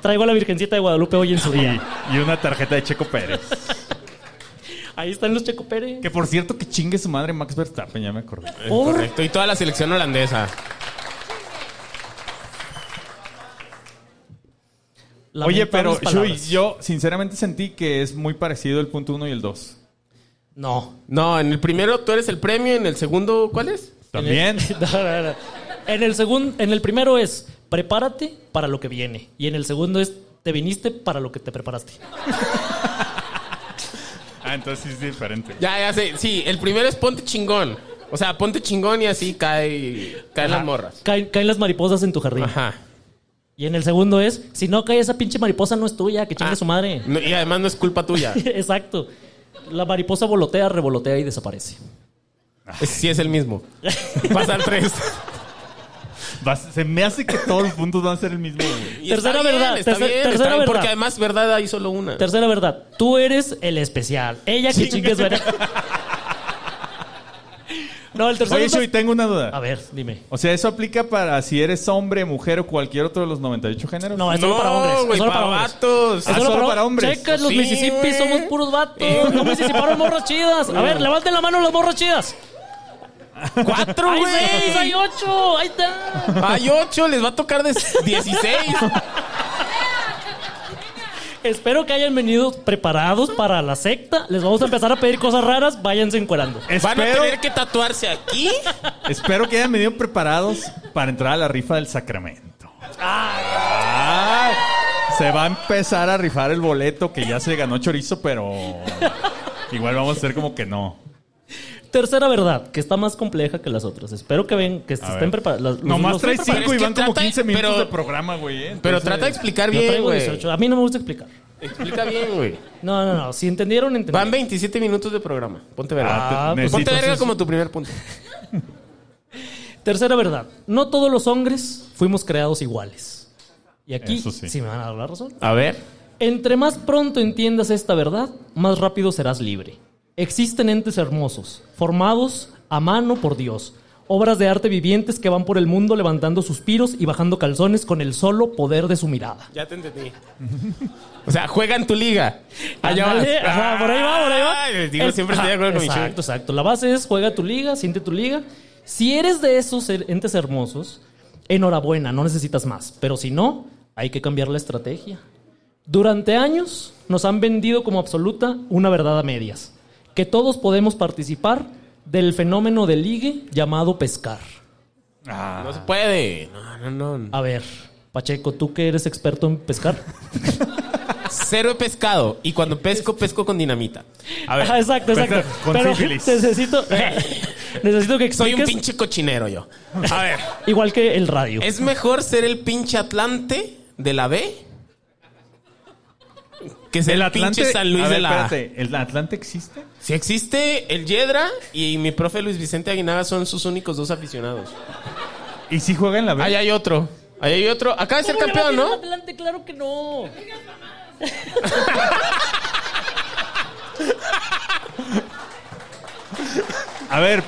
Speaker 5: traigo a la Virgencita de Guadalupe hoy en su día.
Speaker 4: Y, y una tarjeta de Checo Pérez.
Speaker 5: Ahí están los Checo Pérez.
Speaker 4: Que por cierto, que chingue su madre Max Verstappen, ya me acordé.
Speaker 5: Por-
Speaker 6: Correcto. Y toda la selección holandesa.
Speaker 4: Oye,
Speaker 5: Lamentables
Speaker 4: pero Shui,
Speaker 5: palabras.
Speaker 4: yo sinceramente sentí que es muy parecido el punto 1 y el 2.
Speaker 5: No.
Speaker 6: No, en el primero tú eres el premio, en el segundo, ¿cuál es?
Speaker 4: También.
Speaker 5: En el, No, no, no. En el segun- en el primero es prepárate para lo que viene. Y en el segundo es te viniste para lo que te preparaste.
Speaker 4: Ah, entonces es diferente.
Speaker 6: Ya, ya sé. Sí, el primero es ponte chingón. O sea, ponte chingón y así cae, caen las
Speaker 5: Ajá.
Speaker 6: morras.
Speaker 5: Caen, caen las mariposas en tu jardín.
Speaker 6: Ajá.
Speaker 5: Y en el segundo es, si no cae esa pinche mariposa no es tuya, que chingue
Speaker 6: Ah,
Speaker 5: su madre.
Speaker 6: no, y además no es culpa tuya.
Speaker 5: Exacto. La mariposa volotea, revolotea y desaparece.
Speaker 6: Es- sí es el mismo. Pasan tres.
Speaker 4: Vas- se me hace que todos los puntos van a ser el mismo. güey.
Speaker 6: Y
Speaker 5: Tercera
Speaker 6: está bien,
Speaker 5: verdad,
Speaker 6: está
Speaker 5: tercer-
Speaker 6: bien,
Speaker 5: tercera
Speaker 6: está bien, Porque
Speaker 5: verdad.
Speaker 6: además verdad hay solo una.
Speaker 5: Tercera verdad, tú eres el especial. Ella que chingue su madre. No, el tercero
Speaker 4: Oye,
Speaker 5: es...
Speaker 4: Shui, tengo una
Speaker 5: A
Speaker 4: duda.
Speaker 5: ver, dime.
Speaker 4: O sea, ¿eso aplica para si eres hombre, mujer o cualquier otro de los 98 géneros?
Speaker 5: No, es solo
Speaker 6: No,
Speaker 5: para hombres.
Speaker 6: güey,
Speaker 5: es solo
Speaker 6: para
Speaker 5: para hombres.
Speaker 6: vatos.
Speaker 5: Es
Speaker 4: Ah, solo para hombres.
Speaker 5: Checa, los
Speaker 6: Sí,
Speaker 5: Mississippi
Speaker 6: güey.
Speaker 5: somos puros vatos. No Mississipparon morras chidas. A ver, levanten la mano las morras chidas.
Speaker 6: ¡Cuatro,
Speaker 5: Hay seis, hay
Speaker 6: güey!
Speaker 5: ocho. pues Ahí está.
Speaker 6: Hay ocho, les va a tocar de 16.
Speaker 5: Espero que hayan venido preparados para la secta. Les vamos a empezar a pedir cosas raras. Váyanse encuerando.
Speaker 6: Van a
Speaker 4: Espero,
Speaker 6: tener que tatuarse aquí.
Speaker 4: espero que hayan venido preparados para entrar a la rifa del Sacramento. Ah, se va a empezar a rifar el boleto que ya se ganó Chorizo, pero igual vamos a hacer como que no.
Speaker 5: Tercera verdad, que está más compleja que las otras. Espero que ven, que
Speaker 4: A
Speaker 5: estén
Speaker 4: ver.
Speaker 5: preparados.
Speaker 4: Nomás trae
Speaker 6: preparados.
Speaker 4: cinco y
Speaker 6: Es que
Speaker 4: van como
Speaker 6: trata-
Speaker 4: 15 minutos
Speaker 6: pero-
Speaker 4: de programa, güey. ¿eh?
Speaker 6: Pero
Speaker 4: Entonces-
Speaker 6: trata de explicar
Speaker 5: Yo
Speaker 6: bien,
Speaker 5: traigo
Speaker 6: güey.
Speaker 5: 18. A mí no me gusta explicar.
Speaker 6: Explica bien, güey.
Speaker 5: No, no, no. Si entendieron, entendieron.
Speaker 6: Van 27 minutos de programa. Ponte verga.
Speaker 4: Ah,
Speaker 5: Ah,
Speaker 4: te-
Speaker 5: pues
Speaker 6: Ponte
Speaker 4: necesito-
Speaker 6: verga como tu primer punto.
Speaker 5: Tercera verdad, no todos los hombres fuimos creados iguales. Y aquí
Speaker 4: Eso
Speaker 5: sí.
Speaker 4: sí.
Speaker 5: me van a dar la razón.
Speaker 6: A ver.
Speaker 5: Entre más pronto entiendas esta verdad, más rápido serás libre. Existen entes hermosos, formados a mano por Dios, obras de arte vivientes que van por el mundo levantando suspiros y bajando calzones con el solo poder de su mirada.
Speaker 6: Ya te entendí. O sea, juega en tu liga. Allá vas.
Speaker 5: Ándale, ajá, por ahí va, por ahí va.
Speaker 6: Ay, les digo,
Speaker 5: El-
Speaker 6: siempre estoy de
Speaker 5: ajá,
Speaker 6: acuerdo con mi
Speaker 5: Exacto,
Speaker 6: chico.
Speaker 5: exacto. La base es juega tu liga, siente tu liga. Si eres de esos er- entes hermosos, enhorabuena, no necesitas más. Pero si no, hay que cambiar la estrategia. Durante años nos han vendido como absoluta una verdad a medias, que todos podemos participar del fenómeno de ligue llamado pescar.
Speaker 4: Ah,
Speaker 6: No se puede. No, no, no.
Speaker 5: A ver, Pacheco, tú que eres experto en pescar.
Speaker 6: Ah, Cero he pescado. Y cuando pesco, pesco con dinamita. A ver.
Speaker 5: Ah, exacto, exacto.
Speaker 4: Pesca con
Speaker 5: Pero
Speaker 4: sífilis.
Speaker 5: necesito, necesito que
Speaker 6: Soy un
Speaker 5: expliques.
Speaker 6: pinche cochinero yo. A ver.
Speaker 5: Igual que el radio.
Speaker 6: ¿Es mejor ser el pinche Atlante de la B? Que ser el, pinche San Luis
Speaker 4: A ver,
Speaker 6: de la A.
Speaker 4: espérate, ¿el Atlante existe?
Speaker 6: Si existe el Yedra y mi profe Luis Vicente Aguinaga son sus únicos dos aficionados.
Speaker 4: ¿Y si juega en la B?
Speaker 6: Ahí hay otro. Ahí hay otro. Acaba de ser
Speaker 5: ¿Cómo le va a
Speaker 6: campeón,
Speaker 5: tirar
Speaker 6: ¿no?
Speaker 5: Atlante? claro que no.
Speaker 4: A ver.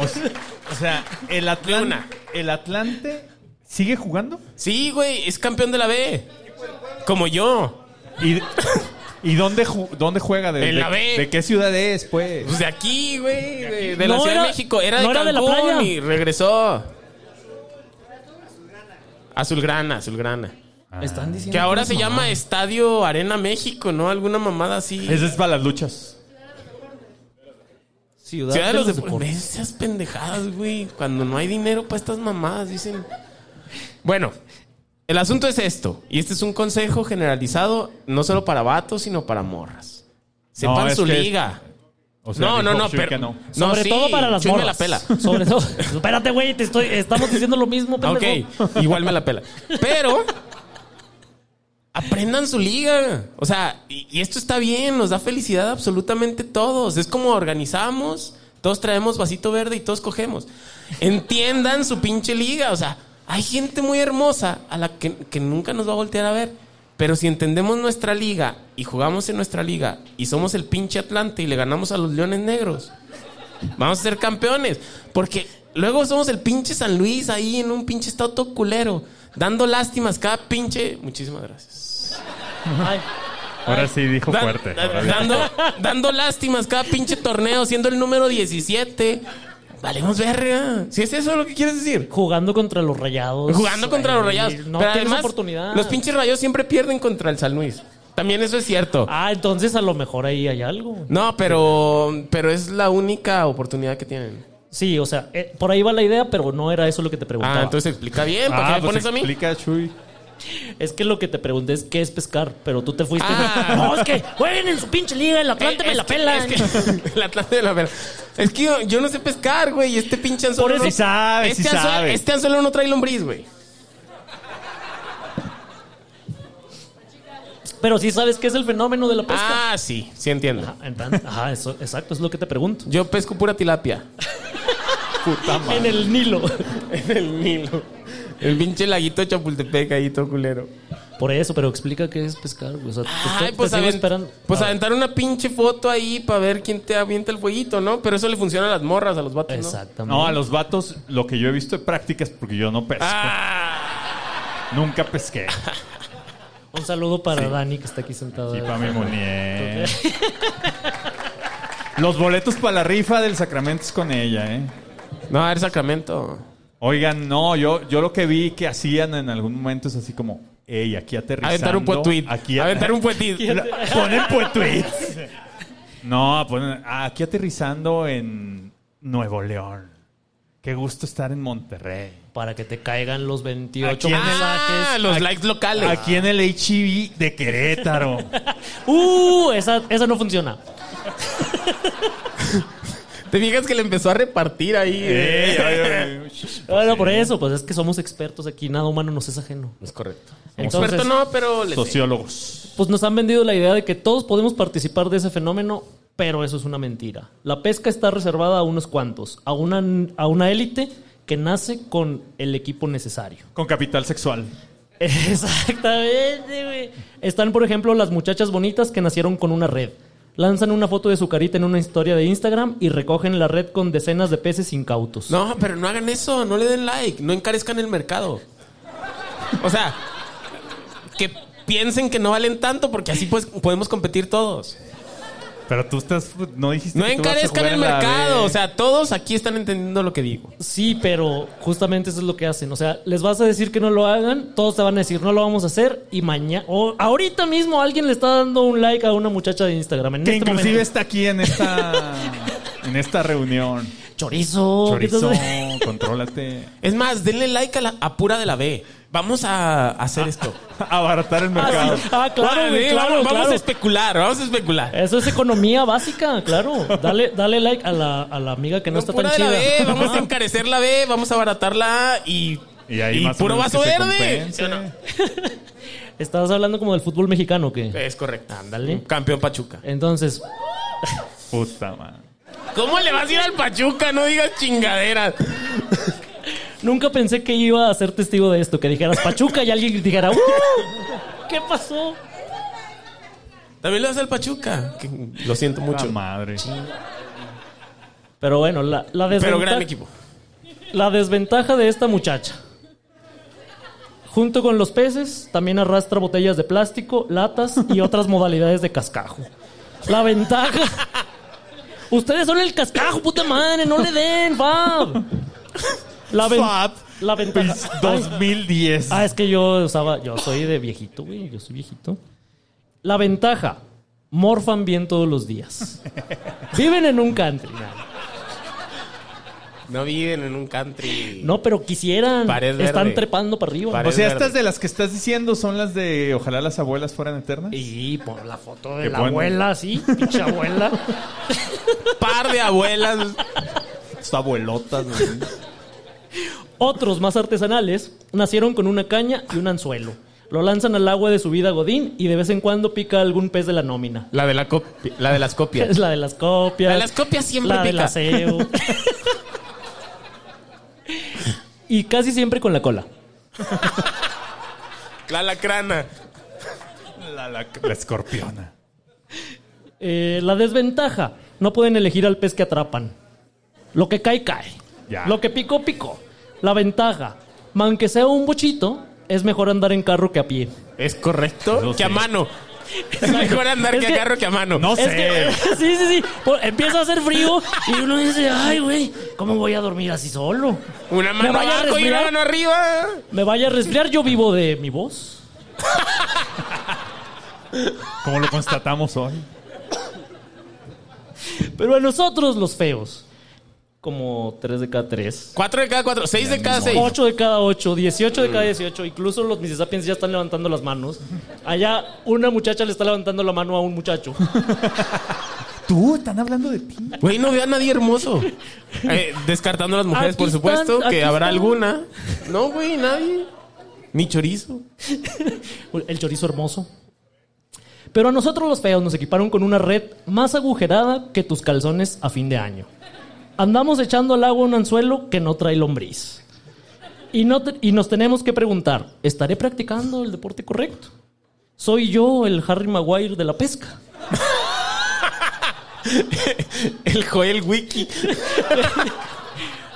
Speaker 4: O s- o sea, el Atlante,
Speaker 6: Luna.
Speaker 4: el Atlante sigue jugando
Speaker 6: Sí, güey, es campeón de la B. Como yo.
Speaker 4: y ¿Y dónde, ju- dónde juega? ¿De,
Speaker 6: En la
Speaker 4: de-
Speaker 6: B.
Speaker 4: de qué ciudad es, pues?
Speaker 6: Pues de aquí, güey. De, de la
Speaker 5: No
Speaker 6: Ciudad de
Speaker 5: era-
Speaker 6: México. Era de
Speaker 5: no era de la
Speaker 6: Cancún
Speaker 5: playa.
Speaker 6: y regresó. Azulgrana, Azulgrana.
Speaker 5: Me están diciendo.
Speaker 6: Que ahora se llama Estadio Arena México, ¿no? Alguna mamada así.
Speaker 4: Ese es para las luchas.
Speaker 5: Ciudad,
Speaker 6: Ciudad de los Deportes.
Speaker 5: Deportes.
Speaker 6: Esas pendejadas, güey. Cuando no hay dinero para estas mamadas, dicen. Bueno, el asunto es esto. Y este es un consejo generalizado, no solo para vatos, sino para morras. Sepan
Speaker 4: es
Speaker 6: su
Speaker 4: que-
Speaker 6: liga.
Speaker 4: O sea,
Speaker 6: No,
Speaker 4: dijo
Speaker 6: no, no,
Speaker 4: Shurika
Speaker 6: pero.
Speaker 4: no.
Speaker 6: no,
Speaker 5: Sobre
Speaker 6: sí,
Speaker 5: todo para las
Speaker 6: Chuy
Speaker 5: morras.
Speaker 6: me la pela.
Speaker 5: Sobre todo. Espérate, güey, te estoy estamos diciendo lo mismo, pendejo.
Speaker 6: Ah, Ok, igual me la pela. Pero aprendan su liga. O sea, y, y esto está bien, nos da felicidad absolutamente todos. Es como organizamos, todos traemos vasito verde y todos cogemos. Entiendan su pinche liga. O sea, hay gente muy hermosa a la que, que nunca nos va a voltear a ver. Pero si entendemos nuestra liga y jugamos en nuestra liga y somos el pinche Atlante y le ganamos a los Leones Negros, Vamos a ser campeones. Porque luego somos el pinche San Luis ahí en un pinche estado todo culero. Dando lástimas cada pinche. Muchísimas gracias.
Speaker 5: Ay,
Speaker 4: Ahora sí dijo
Speaker 6: Dan-
Speaker 4: fuerte.
Speaker 6: da-
Speaker 4: Ahora
Speaker 6: dando, dando lástimas cada pinche torneo, siendo el número 17. Valemos verga. Si es eso lo que quieres decir.
Speaker 5: jugando contra los rayados.
Speaker 6: Jugando contra los
Speaker 5: Ay,
Speaker 6: rayados.
Speaker 5: Pues, No
Speaker 6: Pero
Speaker 5: tienes
Speaker 6: además,
Speaker 5: oportunidad.
Speaker 6: los pinches rayados siempre pierden contra el San Luis. También eso es cierto.
Speaker 5: Ah, entonces a lo mejor ahí hay algo.
Speaker 6: No, pero, pero es la única oportunidad que tienen.
Speaker 5: Sí, o sea, eh, por ahí va la idea, pero no era eso lo que te preguntaba.
Speaker 6: Ah, entonces explica bien. ¿Para
Speaker 4: Ah,
Speaker 6: qué me
Speaker 4: pues
Speaker 6: pones a mí?
Speaker 4: Explica, Chuy.
Speaker 5: Es que lo que te pregunté es qué es pescar, pero tú te fuiste.
Speaker 6: Ah.
Speaker 5: No, es que jueguen en su pinche liga, el Atlante
Speaker 6: Eh,
Speaker 5: me
Speaker 6: es
Speaker 5: la
Speaker 6: que-
Speaker 5: pela.
Speaker 6: Es que, el Atlante me la pela. Es que yo, yo no sé pescar, güey. Y este pinche anzuelo.
Speaker 5: Por eso-
Speaker 6: no-
Speaker 5: Sí
Speaker 4: sabe,
Speaker 6: este
Speaker 4: sí
Speaker 6: anzuelo,
Speaker 4: sabe.
Speaker 6: Este anzuelo no trae lombriz, güey.
Speaker 5: Pero sí sabes qué es el fenómeno de la pesca.
Speaker 6: Ah, sí, sí entiendo.
Speaker 5: Ajá, entonces- ajá, eso, exacto, es lo que te pregunto.
Speaker 6: Yo pesco pura tilapia.
Speaker 4: Puta
Speaker 5: En
Speaker 4: madre.
Speaker 5: el Nilo.
Speaker 6: En el Nilo. El pinche laguito de Chapultepec ahí todo culero.
Speaker 5: Por eso, pero explica qué es pescar. güey. O sea, te estoy-
Speaker 6: Ay,
Speaker 5: te
Speaker 6: pues,
Speaker 5: sigo
Speaker 6: avent-
Speaker 5: esperando.
Speaker 6: pues
Speaker 5: Ah,
Speaker 6: aventar una pinche foto ahí para ver quién te avienta el fueguito, ¿no? Pero eso le funciona a las morras, a los vatos, ¿no?
Speaker 5: Exactamente.
Speaker 4: No, a los vatos, lo que yo he visto de prácticas, porque yo no pesco.
Speaker 6: Ah,
Speaker 4: Nunca pesqué.
Speaker 5: Un saludo para Dani que está aquí sentado. eh,
Speaker 4: Y para mi muñe. Los boletos para la rifa del Sacramento es con ella, ¿eh?
Speaker 6: no, era Sacramento.
Speaker 4: Oigan, no, yo, yo lo que vi que hacían en algún momento es así como, hey, aquí aterrizando.
Speaker 6: Aventar un puetuit.
Speaker 4: Aquí
Speaker 6: Aventar un puetuit.
Speaker 4: La- Ponen puetuit. No, ponen, ah, aquí aterrizando en Nuevo León. Qué gusto estar en Monterrey.
Speaker 5: Para que te caigan los 28
Speaker 4: Aquí en el-
Speaker 5: mensajes.
Speaker 6: Ah, los likes locales.
Speaker 4: Aquí en el HIV de Querétaro.
Speaker 5: Uh, esa, esa no funciona.
Speaker 6: Te fijas que le empezó a repartir ahí.
Speaker 4: Ey,
Speaker 6: eh?
Speaker 4: ay, ay, ay.
Speaker 5: Bueno, por eso, pues es que somos expertos aquí, nada humano nos es ajeno.
Speaker 6: Es correcto.
Speaker 5: Entonces-
Speaker 6: Experto no, pero le sé.
Speaker 4: Sociólogos.
Speaker 5: Pues nos han vendido la idea de que todos podemos participar de ese fenómeno, pero eso es una mentira. La pesca está reservada a unos cuantos, a una, a una élite que nace con el equipo necesario.
Speaker 4: Con capital sexual.
Speaker 5: Exactamente, güey. Están, por ejemplo, las muchachas bonitas que nacieron con una red. Lanzan una foto de su carita en una historia de Instagram y recogen la red con decenas de peces incautos.
Speaker 6: No, pero no hagan eso, no le den like, no encarezcan el mercado. O sea, que piensen que no valen tanto porque así pues podemos competir todos.
Speaker 4: Pero tú estás. No dijiste.
Speaker 6: No
Speaker 4: que tú vas a
Speaker 6: encarezcan
Speaker 4: jugar
Speaker 6: el
Speaker 4: en la
Speaker 6: mercado,
Speaker 4: B.
Speaker 6: o sea, todos aquí están entendiendo lo que digo.
Speaker 5: Sí, pero justamente eso es lo que hacen. O sea, les vas a decir que no lo hagan, todos te van a decir no lo vamos a hacer y mañana, o ahorita mismo alguien le está dando un like a una muchacha de Instagram. En
Speaker 4: Que
Speaker 5: este
Speaker 4: inclusive
Speaker 5: momento.
Speaker 4: está aquí en esta. en esta reunión.
Speaker 5: chorizo.
Speaker 4: Chorizo,
Speaker 5: entonces-
Speaker 4: contrólate.
Speaker 6: Es más, denle like a la a pura de la B. Vamos a hacer
Speaker 4: Ah,
Speaker 6: esto.
Speaker 4: Abaratar el
Speaker 5: Ah,
Speaker 4: mercado.
Speaker 5: sí. Ah, claro, güey,
Speaker 6: Órale,
Speaker 5: claro,
Speaker 6: vamos, vamos
Speaker 5: claro.
Speaker 6: a especular, vamos a especular.
Speaker 5: Eso es economía básica, claro. Dale, dale like a la, a la amiga que no,
Speaker 6: No,
Speaker 5: está
Speaker 6: Pues pura
Speaker 5: tan
Speaker 6: de la
Speaker 5: chida.
Speaker 6: B, vamos a encarecer la B, vamos a abaratar la A y,
Speaker 4: Y ahí más o
Speaker 6: puro
Speaker 4: menos
Speaker 6: vaso
Speaker 4: que se
Speaker 6: verde.
Speaker 4: compense.
Speaker 6: ¿Sí o no?
Speaker 5: Estabas hablando como del fútbol mexicano, que
Speaker 6: Es correcto.
Speaker 5: Ándale.
Speaker 6: Campeón Pachuca.
Speaker 5: entonces
Speaker 4: Puta man.
Speaker 6: ¿Cómo le vas a ir al Pachuca? No digas chingaderas.
Speaker 5: nunca pensé que iba a ser testigo de esto, que dijeras Pachuca y alguien dijera, "Uh, ¿qué pasó?
Speaker 6: También le vas al Pachuca. que lo siento
Speaker 4: Puta
Speaker 6: mucho.
Speaker 4: madre.
Speaker 5: Pero bueno, la, la
Speaker 6: Pero
Speaker 5: desventaja-
Speaker 6: gran equipo.
Speaker 5: La desventaja de esta muchacha. Junto con los peces, también arrastra botellas de plástico, latas y otras modalidades de cascajo. La ventaja. Ustedes son el cascajo, puta madre, no le den, Fab. La, ven-
Speaker 4: Fab.
Speaker 5: la ventaja.
Speaker 4: Pues,
Speaker 5: Ay.
Speaker 4: 2010.
Speaker 5: Ah, es que yo usaba. Yo soy de viejito, güey. Yo soy viejito. La ventaja: morfan bien todos los días. Viven en un country.
Speaker 6: No viven en un country.
Speaker 5: No, pero quisieran.
Speaker 6: Pared verde.
Speaker 5: Están trepando para arriba.
Speaker 6: Pared
Speaker 4: o sea,
Speaker 6: verde.
Speaker 4: estas de las que estás diciendo son las de ojalá las abuelas fueran eternas.
Speaker 5: Y por la foto de
Speaker 4: Qué
Speaker 5: la
Speaker 4: bueno.
Speaker 5: abuela, sí, pinche abuela.
Speaker 6: par de abuelas.
Speaker 4: Sus abuelotas. güey.
Speaker 5: Otros más artesanales nacieron con una caña y un anzuelo. Lo lanzan al agua de su vida Godín y de vez en cuando pica algún pez de la nómina.
Speaker 6: La de, la copi- la de las copias.
Speaker 5: Es la de las copias.
Speaker 6: La de las copias siempre
Speaker 5: La del
Speaker 6: pica.
Speaker 5: aseo. y casi siempre con la cola.
Speaker 6: La lacrana.
Speaker 4: La, la- la escorpiona.
Speaker 5: Eh, la desventaja, no pueden elegir al pez que atrapan. Lo que cae, cae.
Speaker 4: Ya.
Speaker 5: Lo que picó, picó. La ventaja, aunque sea un bochito, es mejor andar en carro que a pie.
Speaker 6: Es correcto.
Speaker 4: No
Speaker 6: que a
Speaker 4: sé.
Speaker 6: mano. Es mejor andar
Speaker 5: Es
Speaker 6: que,
Speaker 5: que-
Speaker 6: a carro que a mano.
Speaker 4: No
Speaker 5: Es
Speaker 4: sé.
Speaker 5: que- sí, sí, sí. Por- empieza a hacer frío y uno dice, ay, güey, ¿cómo voy a dormir así solo?
Speaker 6: Una mano
Speaker 5: vaya a
Speaker 6: abajo y una
Speaker 5: resfriar.
Speaker 6: mano arriba.
Speaker 5: Me vaya a resfriar, yo vivo de mi voz.
Speaker 4: Como lo constatamos hoy.
Speaker 5: Pero a nosotros, los feos, como 3 de cada 3,
Speaker 6: Cuatro de cada cuatro. Seis de cada seis.
Speaker 5: 8 de cada 8, 18 de cada 18, incluso los Mississippians ya están levantando las manos. Allá una muchacha le está levantando la mano a un muchacho.
Speaker 4: Tú, están hablando de ti.
Speaker 6: Güey, no veo a nadie hermoso. Eh, descartando a las mujeres,
Speaker 5: Aquí
Speaker 6: por supuesto,
Speaker 5: están,
Speaker 6: que
Speaker 5: aquí
Speaker 6: habrá
Speaker 5: están.
Speaker 6: alguna. No, güey, nadie. Ni chorizo.
Speaker 5: El chorizo hermoso. Pero a nosotros los feos nos equiparon con una red más agujerada que tus calzones a fin de año. Andamos echando al agua un anzuelo que no trae lombriz. Y, no te- y nos tenemos que preguntar, ¿estaré practicando el deporte correcto? ¿Soy yo el Harry Maguire de la pesca?
Speaker 6: El Joel Wiki.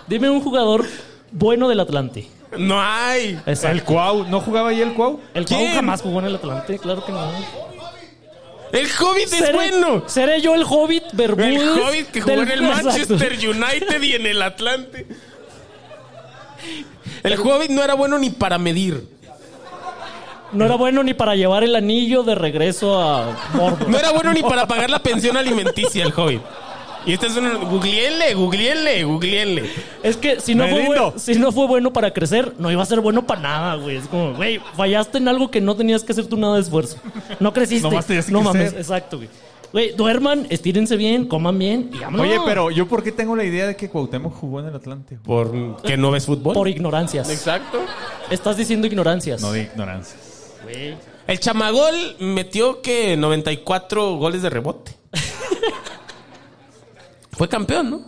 Speaker 5: Dime un jugador bueno del Atlante.
Speaker 6: No hay.
Speaker 4: El
Speaker 5: Exacto.
Speaker 4: Cuau. ¿No jugaba ahí el Cuau?
Speaker 5: El Cuau
Speaker 6: ¿Quién?
Speaker 5: jamás jugó en el Atlante, claro que no.
Speaker 6: El Hobbit es bueno.
Speaker 5: seré yo el Hobbit Bermúdez?
Speaker 6: El Hobbit que jugó
Speaker 5: del-
Speaker 6: en el
Speaker 5: Exacto.
Speaker 6: Manchester United y en el Atlante. El Hobbit no era bueno ni para medir.
Speaker 5: No era bueno ni para llevar el anillo de regreso a Mordor.
Speaker 6: No era bueno ni para pagar la pensión alimenticia el Hobbit. Y este es un... Googleenle, googleenle, googleenle.
Speaker 5: Es que si no,
Speaker 4: Me
Speaker 5: fue
Speaker 4: rindo.
Speaker 5: bueno, si no fue bueno para crecer, no iba a ser bueno para nada, güey. Es como, güey, fallaste en algo que no tenías que hacer tú nada de esfuerzo. No creciste.
Speaker 4: Nomás tenías que
Speaker 5: no mames,
Speaker 4: crecer.
Speaker 5: exacto, güey. Güey, duerman, estírense bien, coman bien y vámonos.
Speaker 4: Oye, pero yo por qué tengo la idea de que Cuauhtémoc jugó en el Atlante. güey?
Speaker 6: ¿Por qué no ves fútbol?
Speaker 5: Por ignorancias.
Speaker 6: Exacto.
Speaker 5: Estás diciendo ignorancias.
Speaker 4: No de ignorancias.
Speaker 5: Güey.
Speaker 6: El chamagol metió que 94 goles de rebote. Fue campeón, ¿no?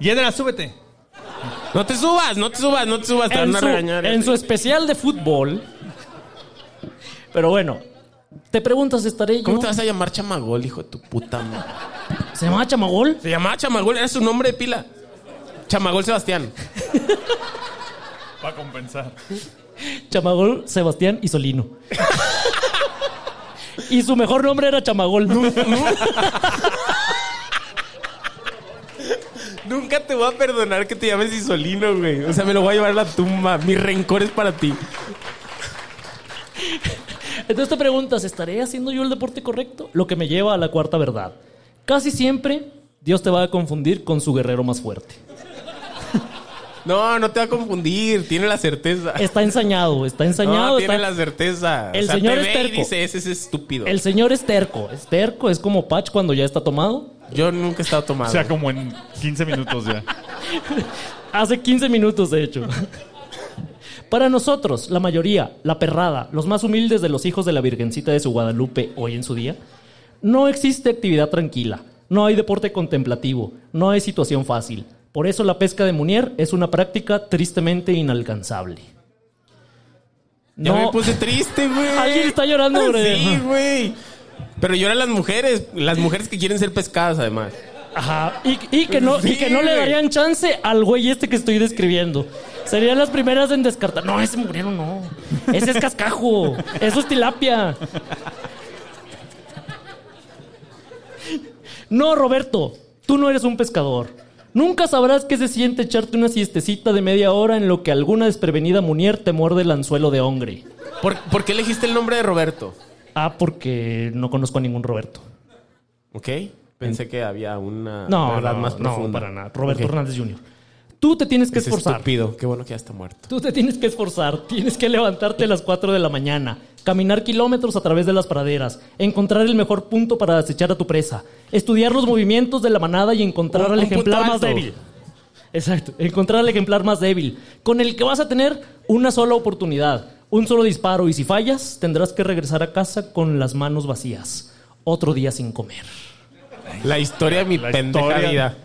Speaker 4: Yedra, súbete.
Speaker 6: No te subas, no te subas, no te subas, te
Speaker 5: en,
Speaker 6: van a
Speaker 5: su,
Speaker 6: regañar.
Speaker 5: en su especial de fútbol. Pero bueno, te preguntas, ¿estaré yo?
Speaker 6: ¿Cómo te vas a llamar chamagol, hijo de tu puta madre?
Speaker 5: ¿Se llama Chamagol?
Speaker 6: Se llamaba chamagol, era su nombre de pila. Chamagol Sebastián.
Speaker 4: Para compensar.
Speaker 5: Chamagol, Sebastián y Solino. y su mejor nombre era Chamagol.
Speaker 6: Nunca te voy a perdonar que te llames Isolino, güey. O sea, me lo voy a llevar a la tumba. Mi rencor es para ti.
Speaker 5: Entonces te preguntas, ¿estaré haciendo yo el deporte correcto? Lo que me lleva a la cuarta verdad. Casi siempre Dios te va a confundir con su guerrero más fuerte.
Speaker 6: No, no te va a confundir. Tiene la certeza.
Speaker 5: Está ensañado, está ensañado.
Speaker 6: No, tiene
Speaker 5: está-
Speaker 6: la certeza.
Speaker 5: El señor
Speaker 6: te
Speaker 5: es
Speaker 6: ve y
Speaker 5: terco.
Speaker 6: dice, ese es estúpido.
Speaker 5: El señor es terco. Es terco, es como Patch cuando ya está tomado.
Speaker 6: Yo nunca he estado
Speaker 4: O
Speaker 6: tomado.
Speaker 4: sea, como en 15 minutos ya.
Speaker 5: Hace 15 minutos, de hecho. Para nosotros, la mayoría, la perrada, los más humildes de los hijos de la Virgencita de su Guadalupe hoy en su día, no existe actividad tranquila, no hay deporte contemplativo, no hay situación fácil. Por eso la pesca de Munier es una práctica tristemente inalcanzable.
Speaker 6: Yo me
Speaker 5: No,
Speaker 6: puse triste, güey.
Speaker 5: Alguien está llorando,
Speaker 6: Ah,
Speaker 5: Brian.
Speaker 6: Sí, güey. Pero lloran las mujeres. Las mujeres que quieren ser pescadas, además.
Speaker 5: ajá, y, y que no, y que no
Speaker 6: Sí,
Speaker 5: le
Speaker 6: güey.
Speaker 5: darían chance al güey este que estoy describiendo. Serían las primeras en descartar. No, ese murero no. Ese es cascajo. Eso es tilapia. No, Roberto, tú no eres un pescador. Nunca sabrás qué se siente echarte una siestecita de media hora en lo que alguna desprevenida munier te muerde el anzuelo de hongre.
Speaker 6: ¿Por, por qué elegiste el nombre de Roberto?
Speaker 5: Ah, porque no conozco a ningún Roberto.
Speaker 6: ¿Ok? Pensé que había una
Speaker 5: No,
Speaker 6: verdad
Speaker 5: no,
Speaker 6: Ah, más
Speaker 5: no,
Speaker 6: profunda.
Speaker 5: para nada. Roberto
Speaker 6: Ok.
Speaker 5: Hernández Jr. Tú te tienes que
Speaker 6: Es
Speaker 5: esforzar.
Speaker 6: estúpido. Qué bueno que ya está muerto.
Speaker 5: Tú te tienes que esforzar, tienes que levantarte a las 4 de la mañana, caminar kilómetros a través de las praderas, encontrar el mejor punto para acechar a tu presa, estudiar los movimientos de la manada y encontrar
Speaker 6: Un-
Speaker 5: al
Speaker 6: un punto
Speaker 5: ejemplar más
Speaker 6: alto.
Speaker 5: débil. Exacto, encontrar al ejemplar más débil, con el que vas a tener una sola oportunidad, un solo disparo y si fallas tendrás que regresar a casa con las manos vacías, otro día sin comer.
Speaker 6: La historia de mi pendeja
Speaker 4: historia.
Speaker 6: vida.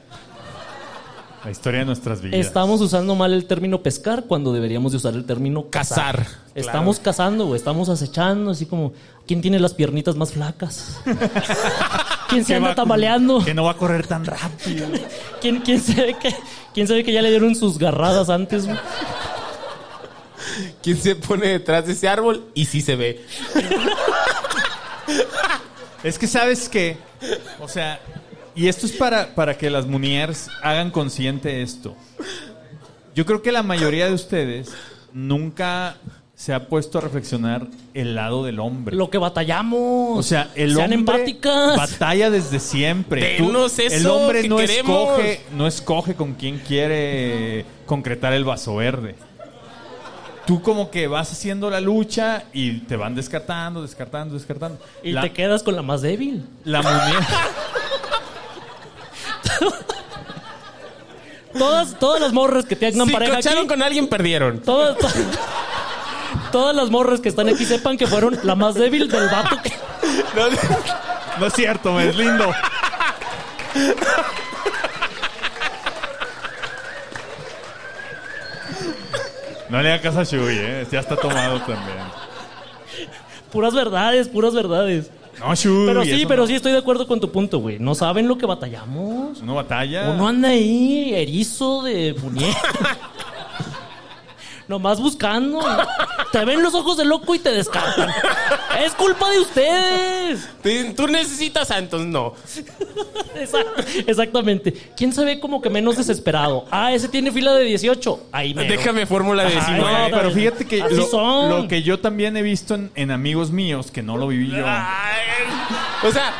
Speaker 4: La historia de nuestras vidas.
Speaker 5: Estamos usando mal el término pescar cuando deberíamos de usar el término cazar.
Speaker 6: Cazar.
Speaker 5: Estamos cazando, güey, estamos acechando, así como quién tiene las piernitas más flacas. ¿Quién se
Speaker 4: Que
Speaker 5: anda
Speaker 4: va-
Speaker 5: tambaleando?
Speaker 4: Que no va a correr tan rápido.
Speaker 5: ¿Quién, quién, se ve que, ¿Quién se ve que ya le dieron sus garradas antes? güey?
Speaker 6: ¿Quién se pone detrás de ese árbol? Y sí se ve.
Speaker 4: Es que sabes que, o sea, y esto es para, para que las Muniers hagan consciente esto. Yo creo que la mayoría de ustedes nunca se ha puesto a reflexionar el lado del hombre.
Speaker 5: Lo que batallamos.
Speaker 4: o sea, el
Speaker 5: Sean
Speaker 4: hombre
Speaker 5: empáticas.
Speaker 4: batalla desde siempre.
Speaker 6: Denos eso
Speaker 4: el hombre
Speaker 6: que
Speaker 4: no
Speaker 6: queremos.
Speaker 4: escoge, no escoge con quién quiere concretar el vaso verde. Tú como que vas haciendo la lucha y te van descartando, descartando, descartando.
Speaker 5: y
Speaker 4: La-
Speaker 5: te quedas con la más débil.
Speaker 4: la muñeca.
Speaker 5: Todas, todas las morras que tengan
Speaker 6: si
Speaker 5: pareja
Speaker 6: cocharon
Speaker 5: aquí,
Speaker 6: con alguien, perdieron.
Speaker 5: todas, to- todas las morras que están aquí sepan que fueron la más débil del vato que...
Speaker 4: No es cierto, me lindo. No le hagas caso a Shui, ¿eh? Ya está tomado también.
Speaker 5: Puras verdades, puras verdades.
Speaker 4: No, Shui.
Speaker 5: Pero sí,
Speaker 4: eso
Speaker 5: pero
Speaker 4: no.
Speaker 5: sí estoy de acuerdo con tu punto, güey. No saben lo que batallamos.
Speaker 4: Uno batalla.
Speaker 5: Uno anda ahí erizo de puñet. Nomás buscando. Te ven los ojos de loco y te descartan. Es culpa de ustedes.
Speaker 6: Te dicen, Tú necesitas a Santos, no.
Speaker 5: Exact- exactamente. ¿Quién se ve como que menos desesperado? Ah, ese tiene fila de 18. Ahí me.
Speaker 6: Déjame fórmula de
Speaker 5: Ay,
Speaker 4: no,
Speaker 6: 19.
Speaker 5: güey.
Speaker 4: pero fíjate que
Speaker 5: Así
Speaker 4: lo,
Speaker 5: son.
Speaker 4: lo que yo también he visto en, en amigos míos, que no lo viví yo.
Speaker 6: Ay, o sea,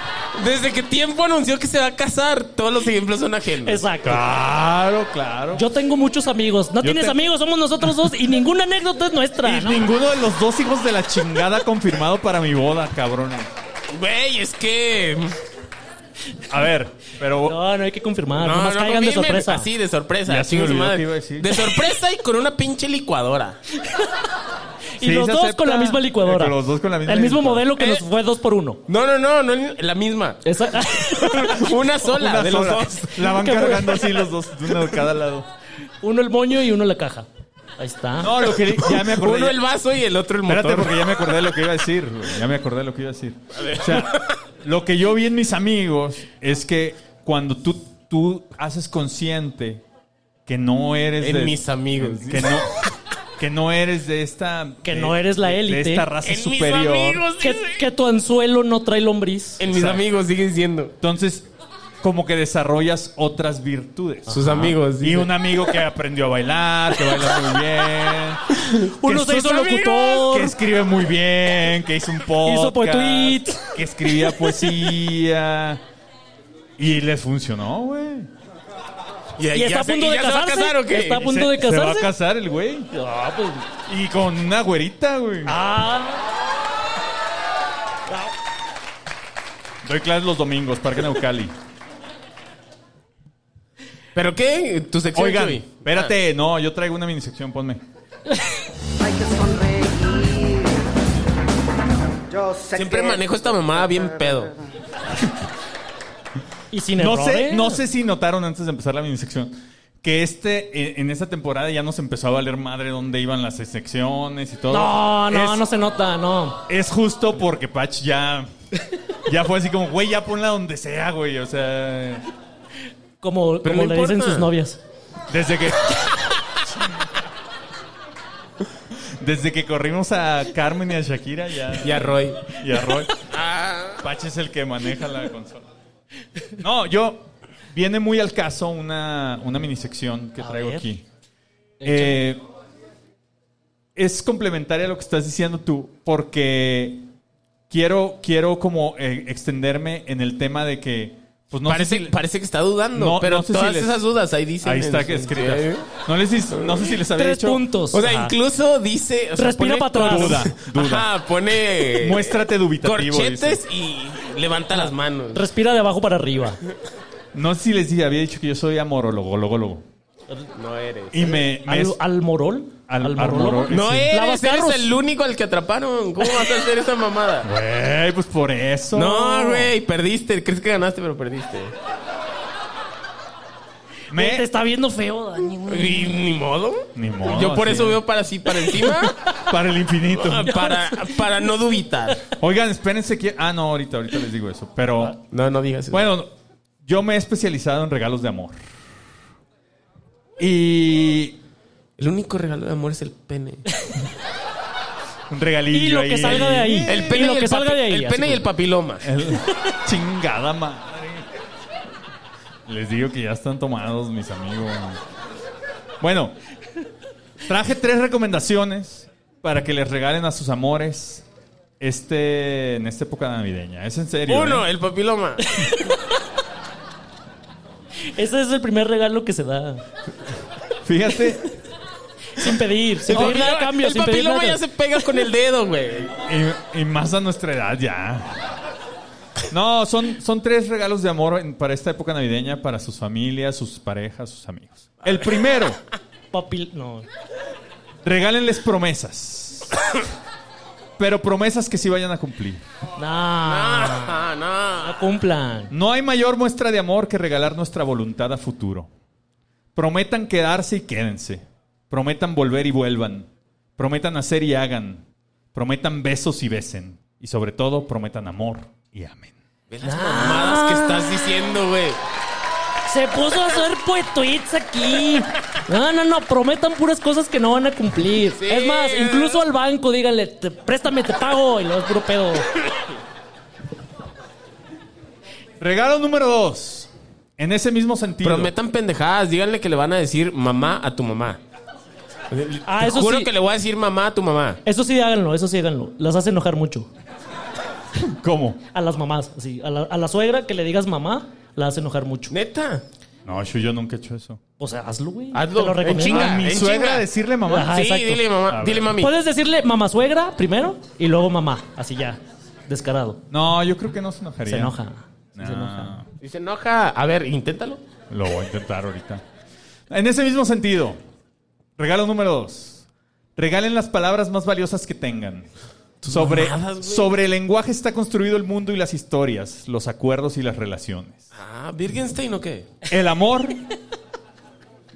Speaker 6: desde que tiempo anunció que se va a casar, todos los ejemplos son ajenos.
Speaker 5: Exacto.
Speaker 4: Claro, claro.
Speaker 5: Yo tengo muchos amigos. No
Speaker 4: Ah. Yo
Speaker 5: tienes
Speaker 4: te-
Speaker 5: amigos, somos nosotros dos y ninguna anécdota es nuestra.
Speaker 4: Y
Speaker 5: ¿no?
Speaker 4: ninguno de los dos hijos de la chingada confirmado para mi boda, cabrones.
Speaker 6: Güey, es que.
Speaker 4: A ver, pero
Speaker 5: No, no hay que confirmar.
Speaker 6: No,
Speaker 5: Ah, Nomás
Speaker 6: no,
Speaker 5: caigan de
Speaker 6: confirmen.
Speaker 5: sorpresa.
Speaker 6: Así, de sorpresa.
Speaker 4: Ya se me
Speaker 6: chingue su
Speaker 4: olvidó
Speaker 6: madre.
Speaker 4: que iba a decir.
Speaker 6: De sorpresa y con una pinche licuadora.
Speaker 5: Y
Speaker 4: Sí,
Speaker 5: los
Speaker 4: se
Speaker 5: dos
Speaker 4: acepta
Speaker 5: con la misma licuadora.
Speaker 4: que los dos con la misma
Speaker 5: El mismo
Speaker 4: licuadora.
Speaker 5: modelo que nos
Speaker 6: Eh.
Speaker 5: fue dos por uno.
Speaker 6: No, no, no, no la misma.
Speaker 5: Esa-
Speaker 6: Una sola
Speaker 4: Una
Speaker 6: de
Speaker 4: sola.
Speaker 6: los dos.
Speaker 4: La van
Speaker 5: Qué bueno.
Speaker 4: cargando así los dos, de uno de cada lado.
Speaker 5: uno el moño y uno la caja. Ahí está.
Speaker 4: No, lo que ya me acordé.
Speaker 6: Uno el vaso y el otro el
Speaker 4: Espérate,
Speaker 6: motor.
Speaker 4: porque ya me acordé de lo que iba a decir. güey. Ya me acordé de lo que iba a decir. O sea, lo que yo vi en mis amigos es que cuando tú, tú haces consciente que no eres
Speaker 6: En
Speaker 4: de-
Speaker 6: mis amigos.
Speaker 4: que no que no eres de esta
Speaker 5: Que
Speaker 4: de-
Speaker 5: no eres la
Speaker 4: de-
Speaker 5: élite.
Speaker 4: de esta raza
Speaker 6: en mis
Speaker 4: superior.
Speaker 6: amigos.
Speaker 5: Que,
Speaker 6: dice.
Speaker 5: que tu anzuelo no trae lombriz.
Speaker 6: En mis
Speaker 4: Exacto.
Speaker 6: amigos sigue diciendo.
Speaker 4: Entonces, como que desarrollas otras virtudes.
Speaker 6: Sus amigos.
Speaker 4: Y
Speaker 6: dice.
Speaker 4: un amigo que aprendió a bailar, que baila muy bien. que
Speaker 5: Uno se
Speaker 4: sus
Speaker 5: hizo
Speaker 4: amigos,
Speaker 5: locutor.
Speaker 4: Que escribe muy bien, que hizo un podcast.
Speaker 5: Hizo poetuit.
Speaker 4: Que escribía poesía. Y les funcionó, güey.
Speaker 5: Y está a
Speaker 6: se-
Speaker 5: punto de
Speaker 6: ya se va a
Speaker 5: casarse.
Speaker 6: casar o qué?
Speaker 5: Está a punto
Speaker 4: Se-
Speaker 5: de
Speaker 4: Se va a
Speaker 5: casarse.
Speaker 4: casar el güey.
Speaker 5: Ah, pues,
Speaker 4: Y con una güerita, güey.
Speaker 5: ah,
Speaker 4: Doy clases los domingos, Parque Neucali.
Speaker 6: ¿Pero qué? ¿Tu sección?
Speaker 4: Oigan,
Speaker 6: Chuy?
Speaker 4: espérate. No, yo traigo una minisección, ponme.
Speaker 7: Hay que sonreír. Yo sé
Speaker 6: Siempre
Speaker 7: que-
Speaker 6: manejo esta mamada bien pedo.
Speaker 5: y sin
Speaker 4: No
Speaker 5: errores.
Speaker 4: sé, no sé si notaron antes de empezar la minisección que este, en, en esta temporada ya nos empezó a valer madre dónde iban las secciones y todo.
Speaker 5: No, no,
Speaker 4: Es-
Speaker 5: no se nota, no.
Speaker 4: Es justo porque Patch ya. Ya fue así como, güey, ya ponla donde sea, güey. O sea.
Speaker 5: Como,
Speaker 6: Pero
Speaker 5: como
Speaker 6: no
Speaker 5: le dicen
Speaker 6: importa.
Speaker 5: sus novias.
Speaker 4: Desde que. Desde que corrimos a Carmen y a Shakira, ya.
Speaker 6: Ya, Roy.
Speaker 4: Y a Roy. Patch es el que maneja la consola. No, yo. Viene muy al caso una, una minisección que
Speaker 5: A
Speaker 4: traigo
Speaker 5: ver.
Speaker 4: aquí. Eh, es complementaria a lo que estás diciendo tú, porque quiero, quiero como eh, extenderme en el tema de que Pues no sé
Speaker 6: parece,
Speaker 4: si-
Speaker 6: parece que está dudando,
Speaker 4: No,
Speaker 6: pero
Speaker 4: no sé si
Speaker 6: todas
Speaker 4: les-
Speaker 6: esas dudas ahí dicen.
Speaker 4: Ahí está
Speaker 6: en-
Speaker 4: que
Speaker 6: Sí.
Speaker 4: escritas. No, les, no sé si les había
Speaker 5: Tres
Speaker 4: dicho.
Speaker 5: puntos.
Speaker 6: O sea,
Speaker 5: Ajá.
Speaker 6: incluso dice. o sea,
Speaker 5: Respira
Speaker 6: pone
Speaker 5: para atrás.
Speaker 6: cor-
Speaker 4: Duda, duda.
Speaker 6: Ajá, pone.
Speaker 4: Muéstrate dubitativo. dice.
Speaker 6: Corchetes y levanta las manos.
Speaker 5: Respira de abajo para arriba.
Speaker 4: No sé si les dije, había dicho que yo soy amorólogo, logo, logo.
Speaker 6: No eres.
Speaker 4: Y me. me-
Speaker 5: ¿Al, eh. al morol?
Speaker 4: Al-
Speaker 5: ¿Al
Speaker 4: al
Speaker 5: morol?
Speaker 4: morol.
Speaker 6: No
Speaker 4: Sí.
Speaker 6: eres,
Speaker 5: Lavas carros.
Speaker 6: eres el único al que atraparon. ¿Cómo vas a hacer esa mamada?
Speaker 4: Güey, pues por eso.
Speaker 6: No, güey, perdiste. Crees que ganaste, pero perdiste.
Speaker 4: Me-
Speaker 5: Te está viendo feo, Dani. güey.
Speaker 6: Y ni modo.
Speaker 4: Ni modo,
Speaker 6: Yo por
Speaker 4: sí. eh.
Speaker 6: eso veo para así, para encima, ah,
Speaker 4: Para el infinito.
Speaker 6: para, para no dubitar.
Speaker 4: Oigan, espérense que. Ah, no, ahorita, ahorita les digo eso.
Speaker 5: Ah.
Speaker 4: Pero.
Speaker 6: No, no digas eso.
Speaker 4: Bueno, yo me he especializado en regalos de amor. Y.
Speaker 6: El único regalo de amor es el pene.
Speaker 4: Un
Speaker 5: Y
Speaker 4: regalillo
Speaker 5: lo
Speaker 4: ahí.
Speaker 5: que salga de ahí.
Speaker 6: El pene
Speaker 5: y lo
Speaker 6: y el
Speaker 5: que salga
Speaker 6: papi-
Speaker 5: de ahí.
Speaker 6: El
Speaker 5: así
Speaker 6: pene y
Speaker 5: como-
Speaker 6: el papiloma.
Speaker 4: El- Chingada madre. Les digo que ya están tomados, mis amigos. Bueno, traje tres recomendaciones para que les regalen a sus amores este en esta época navideña. Es en serio.
Speaker 6: Uno,
Speaker 4: ¿eh?
Speaker 6: el papiloma.
Speaker 5: Ese es el primer regalo que se da.
Speaker 4: Fíjate,
Speaker 5: Sin pedir, sin pedir nada a Oh, cambio.
Speaker 6: el
Speaker 5: sin pedir
Speaker 6: papiloma
Speaker 5: nada.
Speaker 6: ya se pega con el dedo, güey.
Speaker 4: y, y más a nuestra edad ya. No, son, son tres regalos de amor en- para esta época navideña para sus familias, sus parejas, sus amigos. El primero,
Speaker 5: Papil- no.
Speaker 4: regálenles promesas. Pero promesas que sí vayan a cumplir.
Speaker 5: Nah.
Speaker 6: Ah, no.
Speaker 5: No cumplan.
Speaker 4: No hay mayor muestra de amor que regalar nuestra voluntad a futuro. Prometan quedarse y quédense. Prometan volver y vuelvan. Prometan hacer y hagan. Prometan besos y besen. Y sobre todo, prometan amor y amen.
Speaker 6: Ve las mamadas
Speaker 5: Ah,
Speaker 6: que estás diciendo, güey.
Speaker 5: Se puso a hacer pues tweets aquí. No, no, no. Prometan puras cosas que no van a cumplir.
Speaker 6: Sí.
Speaker 5: Es más, incluso al banco, díganle, "Te- préstame, te pago. Y luego es puro pedo.
Speaker 4: Regalo número dos. En ese mismo sentido.
Speaker 6: Prometan pendejadas. Díganle que le van a decir mamá a tu mamá.
Speaker 5: Ah,
Speaker 6: Te
Speaker 5: eso
Speaker 6: juro
Speaker 5: sí.
Speaker 6: que le voy a decir mamá a tu mamá.
Speaker 5: Eso sí, háganlo, eso sí, háganlo. Las hace enojar mucho.
Speaker 4: ¿Cómo?
Speaker 5: A las mamás, sí. A la, a la suegra que le digas mamá, la hace enojar mucho.
Speaker 6: Neta.
Speaker 4: No, yo, yo nunca he hecho eso.
Speaker 5: O sea, hazlo, güey.
Speaker 6: Hazlo,
Speaker 5: Te lo
Speaker 6: en
Speaker 5: recomiendo.
Speaker 6: chinga.
Speaker 4: A mi
Speaker 6: en
Speaker 4: suegra
Speaker 6: chinga.
Speaker 4: decirle mamá.
Speaker 5: Ajá,
Speaker 6: sí,
Speaker 5: Ah, exacto.
Speaker 6: dile mamá. Dile mami.
Speaker 5: Puedes decirle mamá suegra primero y luego mamá, así ya, descarado.
Speaker 4: No, yo creo que no se enojaría.
Speaker 5: Se enoja.
Speaker 4: No.
Speaker 5: Se enoja.
Speaker 6: Si se enoja, a ver, inténtalo.
Speaker 4: Lo voy a intentar ahorita. En ese mismo sentido, regalo número dos. Regalen las palabras más valiosas que tengan. Sobre,
Speaker 6: mamadas, güey.
Speaker 4: sobre el lenguaje está construido el mundo y las historias, los acuerdos y las relaciones.
Speaker 6: Ah, Wittgenstein o qué?
Speaker 4: El amor.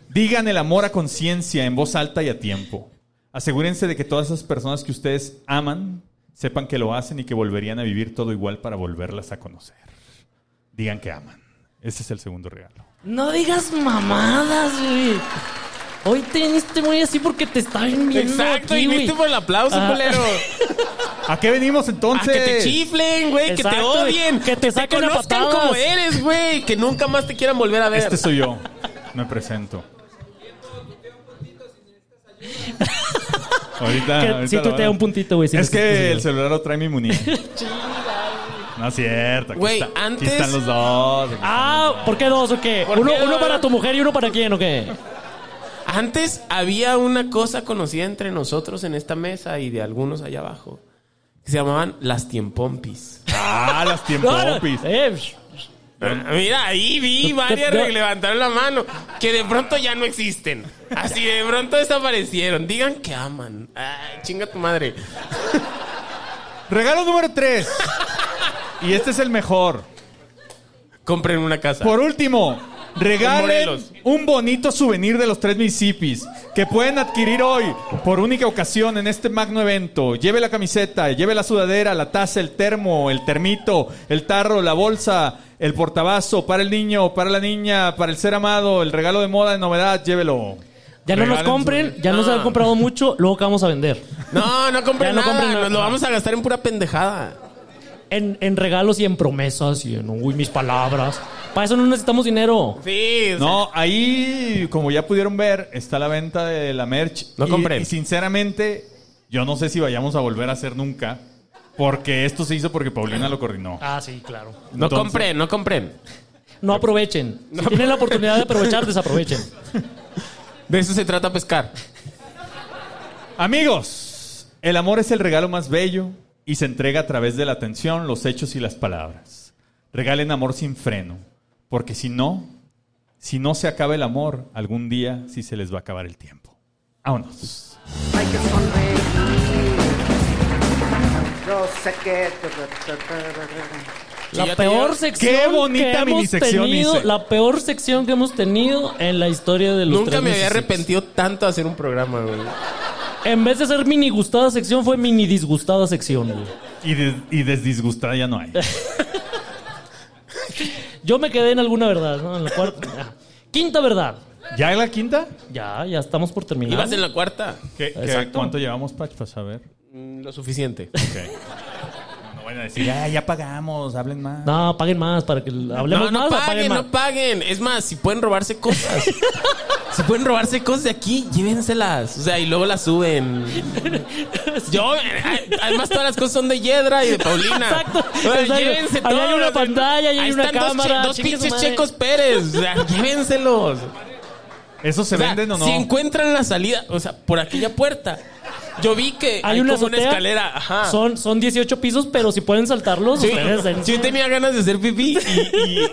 Speaker 4: Digan el amor a conciencia, en voz alta y a tiempo. Asegúrense de que todas esas personas que ustedes aman sepan que lo hacen y que volverían a vivir todo igual para volverlas a conocer. Digan que aman. Ese es el segundo regalo.
Speaker 5: No digas mamadas, güey. Hoy teniste muy así porque te está viendo
Speaker 6: Exacto,
Speaker 5: aquí,
Speaker 6: y
Speaker 5: güey.
Speaker 6: viste por el aplauso,
Speaker 5: Ajá.
Speaker 6: culero.
Speaker 4: ¿A qué venimos
Speaker 6: A
Speaker 4: entonces?
Speaker 6: que te chiflen, güey, que te
Speaker 5: Exacto, güey.
Speaker 6: odien.
Speaker 5: Que te saquen a
Speaker 6: conozcan
Speaker 5: patadas.
Speaker 6: como eres, güey. Que nunca más te quieran volver a ver.
Speaker 4: Este soy yo. Me presento. ahorita,
Speaker 5: Que
Speaker 4: ahorita
Speaker 5: sí
Speaker 4: lo
Speaker 5: tuitea
Speaker 4: van a-
Speaker 5: un puntito, güey, si
Speaker 4: es
Speaker 5: necesitas
Speaker 4: que
Speaker 5: ayuda.
Speaker 4: el celular lo trae mi muñeca. no es cierto. Aquí,
Speaker 6: Güey,
Speaker 4: está- aquí
Speaker 6: antes-
Speaker 4: están los dos.
Speaker 5: Ah, ¿por qué dos o qué?
Speaker 6: ¿Por
Speaker 5: Uno,
Speaker 6: qué
Speaker 5: uno
Speaker 6: dos?
Speaker 5: para tu mujer y uno para quién o qué?
Speaker 6: Antes había una cosa conocida entre nosotros en esta mesa y de algunos allá abajo. Que se llamaban las tiempompis.
Speaker 4: Ah, las tiempompis.
Speaker 5: Eh,
Speaker 6: Ah, Mira, ahí vi varias que levantaron la mano. Que de pronto ya no existen. Así de pronto desaparecieron. Digan que aman. Ay, chinga tu madre.
Speaker 4: Regalo número 3. Y este es el mejor.
Speaker 6: Compren una casa.
Speaker 4: Por último, regalen
Speaker 6: Morelos.
Speaker 4: un bonito souvenir de los tres municipios que pueden adquirir hoy por única ocasión en este magno evento. Lleve la camiseta, lleve la sudadera, la taza, el termo, el termito, el tarro, la bolsa, el portabazo para el niño, para la niña, para el ser amado, el regalo de moda de novedad, llévelo.
Speaker 5: ya no nos
Speaker 4: Regalen
Speaker 5: compren, ya nos
Speaker 6: No.
Speaker 5: han comprado mucho, luego que vamos a vender.
Speaker 6: No, no compren
Speaker 5: Ya no
Speaker 6: nada.
Speaker 5: compren nada.
Speaker 6: Nos lo vamos a gastar en pura pendejada.
Speaker 5: En, en regalos y en promesas y en, uy, mis palabras. Para eso no necesitamos dinero.
Speaker 6: Sí. o sea,
Speaker 4: No, ahí, como ya pudieron ver, está la venta de la merch.
Speaker 6: No
Speaker 4: Y-
Speaker 6: compren.
Speaker 4: Y, sinceramente, yo no sé si vayamos a volver a hacer nunca. Porque esto se hizo porque Paulina lo coordinó.
Speaker 5: Ah, sí, claro.
Speaker 6: no
Speaker 4: Entonces-
Speaker 6: compren, no compren.
Speaker 5: No aprovechen. Si tienen la oportunidad de aprovechar, desaprovechen.
Speaker 6: De eso se trata pescar.
Speaker 4: Amigos, el amor es el regalo más bello y se entrega a través de la atención, los hechos y las palabras. Regalen amor sin freno, porque si no, si no se acaba el amor, algún día sí se les va a acabar el tiempo. Vámonos.
Speaker 7: Hay que sonreír. Yo sé que.
Speaker 6: Sí,
Speaker 5: La
Speaker 6: ya te
Speaker 5: peor
Speaker 6: llevo-
Speaker 5: sección
Speaker 4: Qué bonita
Speaker 5: que hemos
Speaker 4: minisección
Speaker 5: tenido,
Speaker 4: hice.
Speaker 5: la peor sección que hemos tenido en la historia de los
Speaker 6: Nunca
Speaker 5: tres
Speaker 6: me había
Speaker 5: Mississippis.
Speaker 6: arrepentido tanto de hacer un programa, güey.
Speaker 5: En vez de ser mini gustada sección, fue mini disgustada sección. güey.
Speaker 4: Y, des- y desdisgustada ya no hay.
Speaker 5: Yo me quedé en alguna verdad, ¿no? En la cuarta. Ah. Quinta verdad.
Speaker 4: ¿Ya en la quinta?
Speaker 5: Ya, ya estamos por terminar.
Speaker 6: Ibas en la cuarta.
Speaker 4: ¿Qué- qué-
Speaker 5: Exacto.
Speaker 4: ¿Cuánto llevamos, Pach, para saber?
Speaker 6: Mm, Lo suficiente.
Speaker 4: No van a decir, ya, ya pagamos, hablen más.
Speaker 5: No, paguen más para que hablemos
Speaker 6: No, no
Speaker 5: más. o
Speaker 6: paguen,
Speaker 5: paguen más.
Speaker 6: no paguen. Es más, si pueden robarse cosas. si pueden robarse cosas de aquí, llévenselas. O sea, y luego las suben. Yo, eh, además, todas las cosas son de Yedra y de Paulina.
Speaker 5: Exacto,
Speaker 6: O sea,
Speaker 5: exacto.
Speaker 6: Llévense
Speaker 5: Ahí hay
Speaker 6: todo,
Speaker 5: una
Speaker 6: o sea,
Speaker 5: pantalla, ahí hay una
Speaker 6: están dos che-
Speaker 5: cámara,
Speaker 6: Dos,
Speaker 5: chingue su
Speaker 6: pinches
Speaker 5: madre.
Speaker 6: checos Pérez. O sea, llévenselos.
Speaker 4: ¿Eso se
Speaker 6: O sea,
Speaker 4: venden o no?
Speaker 6: Si encuentran la salida, o sea, por aquella puerta. Yo vi que hay,
Speaker 5: Hay una
Speaker 6: como una
Speaker 5: azotea.
Speaker 6: escalera. Ajá.
Speaker 5: Son, son 18 pisos, pero si pueden saltarlos,
Speaker 6: Sí,
Speaker 5: ustedes dense.
Speaker 6: sí tenía ganas de hacer pipí y- y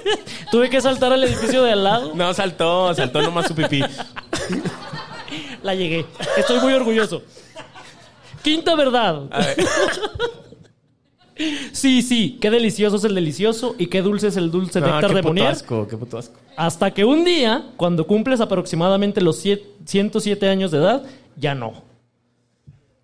Speaker 5: Tuve que saltar al edificio de al lado.
Speaker 6: No, saltó, saltó nomás su pipí.
Speaker 5: La llegué. Estoy muy orgulloso. Quinta verdad. Sí, sí, qué delicioso es el delicioso y qué dulce es el dulce néctar de Monier.
Speaker 6: Ah, qué puto asco.
Speaker 5: Hasta que un día, cuando cumples aproximadamente los siete- 107 años de edad, ya no.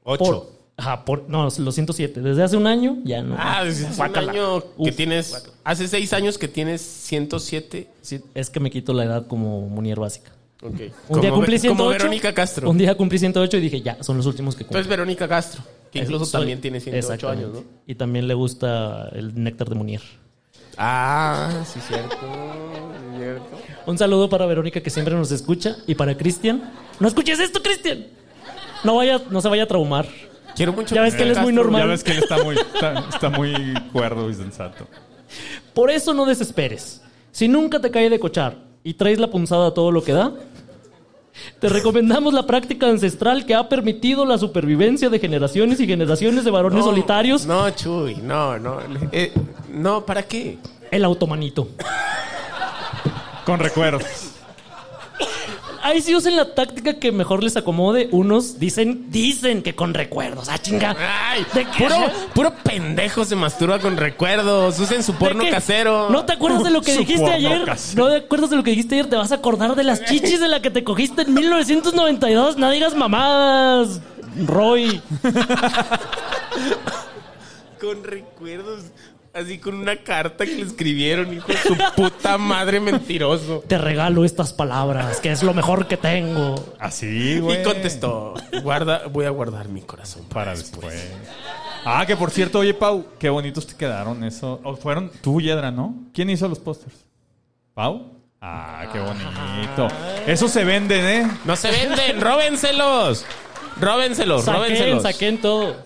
Speaker 6: Ocho.
Speaker 5: Por, ajá, por, no, los 107. Desde hace un año, ya no.
Speaker 6: Ah, es un
Speaker 5: Guácala.
Speaker 6: año que
Speaker 5: Uf,
Speaker 6: tienes... Hace seis años que tienes 107.
Speaker 5: sí, es que me quito la edad como Monier básica.
Speaker 6: Ok.
Speaker 5: Un día cumplí 108.
Speaker 6: Como Verónica Castro.
Speaker 5: Un día cumplí 108 y dije, ya, son los últimos que cumplo.
Speaker 6: Entonces Verónica Castro, que incluso
Speaker 5: Soy-
Speaker 6: también tiene 108
Speaker 5: Exactamente.
Speaker 6: años, ¿no?
Speaker 5: Y también le gusta el néctar de Munier.
Speaker 6: Ah, sí, cierto. cierto.
Speaker 5: Un saludo para Verónica que siempre nos escucha y para Cristian. No escuches esto, Cristian. No vaya, no se vaya a traumar.
Speaker 6: Quiero mucho...
Speaker 5: Ya ves que él es muy
Speaker 6: Castro.
Speaker 5: normal.
Speaker 4: Ya ves que él está muy, está, está muy cuerdo y sensato.
Speaker 5: Por eso no desesperes. Si nunca te cae de cochar y traes la punzada a todo lo que da, te recomendamos la práctica ancestral que ha permitido la supervivencia de generaciones y generaciones de varones
Speaker 6: No,
Speaker 5: solitarios,
Speaker 6: No, Chuy, no, no. Eh, no, ¿para qué?
Speaker 5: el automanito.
Speaker 4: Con recuerdos.
Speaker 5: Ahí sí usen la táctica que mejor les acomode. Unos dicen, dicen que con recuerdos. Ah, chinga.
Speaker 6: Ay,
Speaker 5: ¿De qué?
Speaker 6: puro, puro pendejo se masturba con recuerdos. Usen su porno
Speaker 5: ¿De qué?
Speaker 6: casero.
Speaker 5: ¿No te acuerdas de lo que
Speaker 4: Su
Speaker 5: dijiste
Speaker 4: porno
Speaker 5: ayer?
Speaker 4: casero.
Speaker 5: ¿No te acuerdas de lo que dijiste ayer? Te vas a acordar de las chichis de la que te cogiste en 1992. No digas mamadas, Roy.
Speaker 6: Con recuerdos. Así con una carta que le escribieron, hijo de su puta madre mentiroso.
Speaker 5: Te regalo estas palabras, que es lo mejor que tengo.
Speaker 6: Pues
Speaker 4: Así, güey.
Speaker 6: Y contestó, guarda, voy a guardar mi corazón para
Speaker 4: Para
Speaker 6: después.
Speaker 4: después. Ah, que por cierto, oye, Pau, qué bonitos te quedaron eso. O fueron tú, Yedra, ¿no? ¿Quién hizo los pósters? ¿Pau? Ah, qué bonito. Eso se venden, ¿eh?
Speaker 6: No se venden, róbenselos. Róbenselos,
Speaker 5: Saquen,
Speaker 6: róbenselos.
Speaker 5: saquen todo.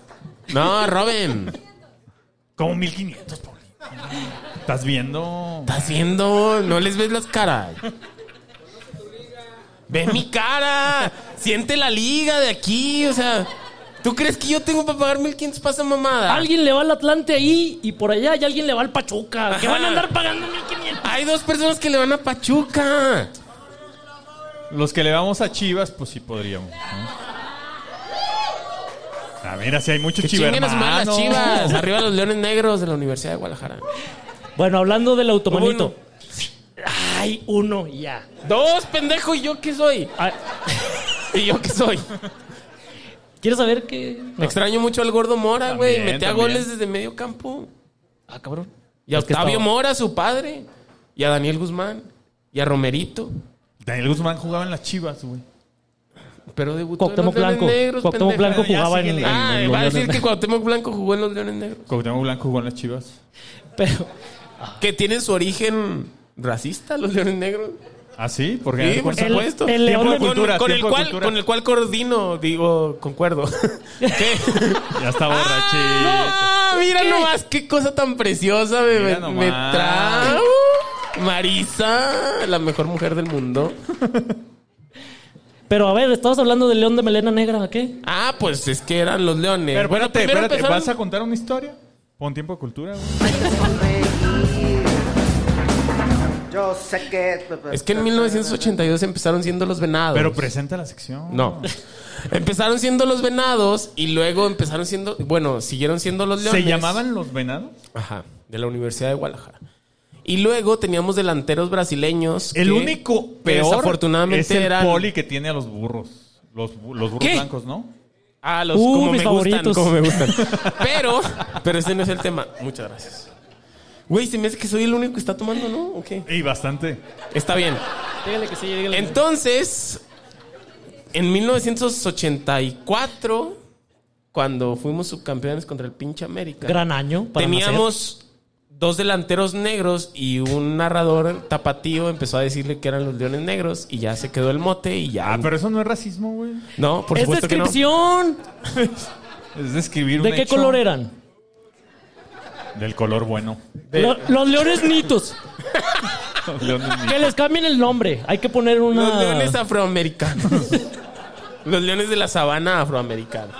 Speaker 6: No, roben.
Speaker 4: Como 1500, Paulina. ¿Estás viendo?
Speaker 6: Estás viendo, no les ves las caras. Ve mi cara. Siente la liga de aquí, o sea. ¿Tú crees que yo tengo para pagar 1500 para esa mamada?
Speaker 5: Alguien le va al Atlante ahí y por allá y alguien le va al Pachuca. Que
Speaker 6: Ajá.
Speaker 5: van a andar pagando 1500.
Speaker 6: Hay dos personas que le van a Pachuca.
Speaker 4: Los que le vamos a Chivas, pues sí podríamos. ¿no? Ah, mira, si hay muchos
Speaker 6: Que chinguen a su madre las
Speaker 4: chivermanos.
Speaker 6: chivas. Arriba los leones negros de la Universidad de Guadalajara.
Speaker 5: Bueno, hablando del automanito.
Speaker 6: Uno.
Speaker 5: Ay, uno, ya. Ah,
Speaker 6: Dos, pendejo, ¿y yo qué soy?
Speaker 5: Ay,
Speaker 6: ¿Y yo qué soy?
Speaker 5: ¿Quieres saber qué? No.
Speaker 6: Extraño mucho al gordo Mora, güey.
Speaker 4: También,
Speaker 6: Metía
Speaker 4: también.
Speaker 6: goles desde medio campo.
Speaker 5: Ah, cabrón.
Speaker 6: Y a
Speaker 5: Es que
Speaker 6: Octavio
Speaker 5: estaba-
Speaker 6: Mora, su padre. Y a Daniel Guzmán. Y a Romerito.
Speaker 4: Daniel Guzmán jugaba en las Chivas, güey.
Speaker 6: Pero debutó
Speaker 5: Cuauhtémoc
Speaker 6: en los
Speaker 5: Blanco.
Speaker 6: Leones Negros,
Speaker 5: Cuauhtémoc
Speaker 6: pendejo.
Speaker 5: Blanco
Speaker 4: Ya
Speaker 5: jugaba en,
Speaker 4: síguele.
Speaker 5: en-
Speaker 6: Ah,
Speaker 5: en los
Speaker 6: va a decir
Speaker 5: Leones
Speaker 6: que Cuauhtémoc Blanco jugó en los Leones Negros.
Speaker 4: Cuauhtémoc Blanco jugó en las Chivas.
Speaker 5: Negros. Pero
Speaker 6: Que tienen su origen racista, los Leones Negros.
Speaker 4: ¿Ah, sí? Porque
Speaker 6: Sí, por
Speaker 5: El-
Speaker 6: supuesto.
Speaker 5: el León
Speaker 6: Tiempo de
Speaker 5: de-
Speaker 6: cultura, con, el
Speaker 4: tiempo de
Speaker 6: cual,
Speaker 4: cultura.
Speaker 6: con el cual coordino, digo, concuerdo. ¿Qué?
Speaker 4: ya está Eh, borrachito.
Speaker 6: Ah, mira nomás qué cosa tan preciosa me,
Speaker 4: Mira
Speaker 6: me-
Speaker 4: nomás.
Speaker 6: me trajo. Marisa, la mejor mujer del mundo.
Speaker 5: Pero a ver, estabas hablando del león de melena negra, ¿qué?
Speaker 6: Ah, pues es que eran los leones.
Speaker 4: Pero
Speaker 6: Bueno,
Speaker 4: espérate,
Speaker 6: primero
Speaker 4: espérate,
Speaker 6: empezaron-
Speaker 4: ¿vas a contar una historia? Pon tiempo de cultura, güey.
Speaker 7: sonreír. Yo sé que.
Speaker 6: Es que en 1982 empezaron siendo los venados.
Speaker 4: Pero presenta la sección.
Speaker 6: No. Empezaron siendo los venados y luego empezaron siendo, bueno, siguieron siendo los leones.
Speaker 4: ¿Se llamaban los venados?
Speaker 6: Ajá, de la Universidad de Guadalajara. Y luego teníamos delanteros brasileños.
Speaker 4: El
Speaker 6: que-
Speaker 4: único
Speaker 6: que
Speaker 4: peor
Speaker 6: desafortunadamente
Speaker 4: es el
Speaker 6: eran-
Speaker 4: poli que tiene a los burros. Los, bu- los burros
Speaker 6: ¿Qué?
Speaker 4: blancos, ¿no?
Speaker 6: Ah, los
Speaker 5: Uh,
Speaker 6: como
Speaker 5: mis
Speaker 6: me
Speaker 5: favoritos.
Speaker 6: gustan, como me gustan. Pero, pero ese no es el tema. Muchas gracias. Güey, se me hace que soy el único que está tomando, ¿no? Ok.
Speaker 4: Y bastante.
Speaker 6: Está bien.
Speaker 5: Dígale que sí, dígale.
Speaker 6: Entonces, en 1984, cuando fuimos subcampeones contra el pinche América,
Speaker 5: Gran año. para nacer.
Speaker 6: teníamos dos delanteros negros y un narrador tapatío empezó a decirle que eran los leones negros y ya se quedó el mote y ya.
Speaker 4: Ah, pero eso no es racismo, güey.
Speaker 6: No, por
Speaker 5: es
Speaker 6: supuesto que no.
Speaker 5: descripción.
Speaker 4: Es describir un
Speaker 5: ¿De qué
Speaker 4: hecho
Speaker 5: color eran?
Speaker 4: Del color bueno.
Speaker 5: Lo- los leones nitos.
Speaker 4: León del Nido.
Speaker 5: Que les cambien el nombre. Hay que poner una.
Speaker 6: Los leones afroamericanos. los leones de la sabana afroamericana.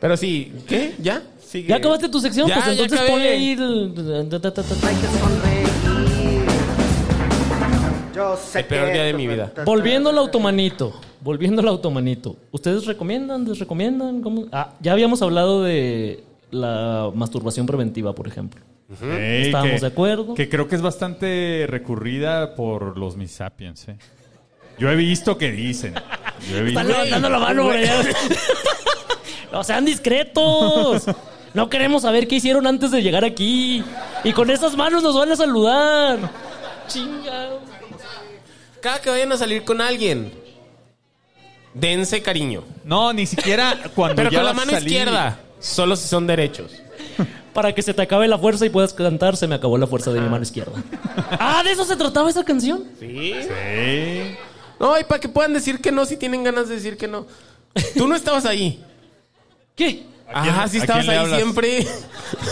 Speaker 6: Pero sí, ¿qué? ¿Ya? Sigue.
Speaker 5: ¿Ya acabaste tu sección?
Speaker 6: Ya,
Speaker 5: pues
Speaker 6: ya
Speaker 5: entonces
Speaker 6: acabé.
Speaker 5: ponle ahí. el- ta, ta, ta, ta.
Speaker 7: Hay que sonreír. Yo sé
Speaker 6: El peor
Speaker 7: que-
Speaker 6: día de mi vida.
Speaker 5: Volviendo al automanito. Volviendo al automanito. ¿Ustedes recomiendan? ¿Desrecomiendan? ¿Cómo? Ah, ya habíamos hablado de la masturbación preventiva, por ejemplo.
Speaker 4: Ey,
Speaker 5: Estábamos
Speaker 4: que-
Speaker 5: de acuerdo.
Speaker 4: Que creo que es bastante recurrida por los misapiens, ¿eh? Yo he visto que dicen. Yo he visto.
Speaker 5: Están levantando la mano, güey. No sean discretos. No queremos saber qué hicieron antes de llegar aquí. Y con esas manos nos van a saludar. Chingados.
Speaker 6: Cada que vayan a salir con alguien, dense cariño.
Speaker 4: No, ni siquiera cuando
Speaker 6: Pero
Speaker 4: ya
Speaker 6: con la
Speaker 4: vas a
Speaker 6: mano
Speaker 4: salir.
Speaker 6: izquierda, solo si son derechos.
Speaker 5: Para que se te acabe la fuerza y puedas cantar, se me acabó la fuerza de mi mano izquierda. Ah, de eso se trataba esa canción.
Speaker 6: Sí.
Speaker 4: Sí.
Speaker 6: No, y para que puedan decir que no si tienen ganas de decir que no. Tú no estabas ahí.
Speaker 5: ¿Qué?
Speaker 4: ¿A quién-
Speaker 6: Ajá, sí
Speaker 4: a
Speaker 6: estabas
Speaker 4: quién le
Speaker 6: ahí
Speaker 4: hablas?
Speaker 6: siempre.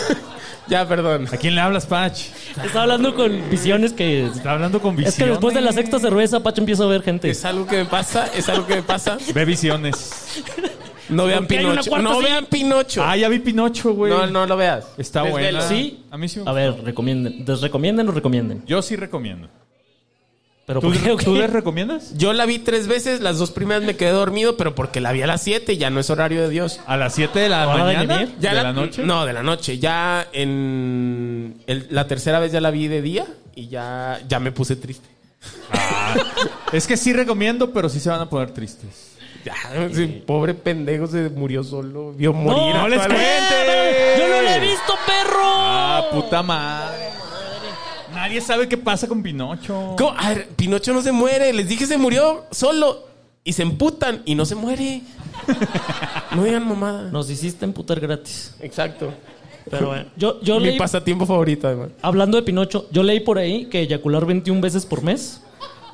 Speaker 6: ya, perdón.
Speaker 4: ¿A quién le hablas, Patch?
Speaker 5: Estaba hablando con visiones que.
Speaker 4: Está hablando con visiones.
Speaker 5: Es que después de la sexta cerveza, Pacho empieza a ver gente.
Speaker 6: Es algo que me pasa, es algo que me pasa.
Speaker 4: Ve visiones.
Speaker 6: No vean
Speaker 5: Porque hay una
Speaker 6: Pinocho.
Speaker 5: cuarta,
Speaker 6: No
Speaker 5: sí.
Speaker 6: vean Pinocho.
Speaker 4: Ah, ya vi Pinocho, güey.
Speaker 6: no, no lo veas.
Speaker 4: Está buena.
Speaker 6: Desvela.
Speaker 5: ¿Sí?
Speaker 4: A mí sí me
Speaker 5: A ver, recomienden. ¿Desrecomienden o recomienden?
Speaker 4: Yo sí recomiendo.
Speaker 5: Pero pues
Speaker 4: ¿Tú,
Speaker 5: ¿por qué? o
Speaker 4: tú
Speaker 5: qué?
Speaker 4: les recomiendas?
Speaker 6: Yo la vi tres veces, las dos primeras me quedé dormido, pero porque la vi a las 7 y ya no es horario de Dios.
Speaker 4: ¿A las 7 de la
Speaker 5: ¿Hora de
Speaker 4: mañana?
Speaker 5: venir?
Speaker 6: Ya
Speaker 4: ¿De la noche?
Speaker 6: No, de la noche. Ya en el- la tercera vez ya la vi de día y ya, ya me puse triste.
Speaker 4: Ah, Es que sí recomiendo, pero sí se van a poner tristes.
Speaker 6: Ya, ese pobre pendejo se murió solo, vio morir. a
Speaker 4: no les
Speaker 6: toda la-
Speaker 4: cuente.
Speaker 5: ¡Yo no lo he visto, perro!
Speaker 4: Ah, puta madre. Nadie sabe qué pasa con Pinocho.
Speaker 6: ¿Cómo? A ver, Pinocho no se muere. Les dije se murió solo y se emputan y no se muere. No digan mamada.
Speaker 5: Nos hiciste emputar gratis.
Speaker 6: Exacto.
Speaker 5: Pero bueno, yo, yo
Speaker 6: Mi
Speaker 5: leí,
Speaker 6: pasatiempo favorito, además.
Speaker 5: hablando de Pinocho, yo leí por ahí que eyacular 21 veces por mes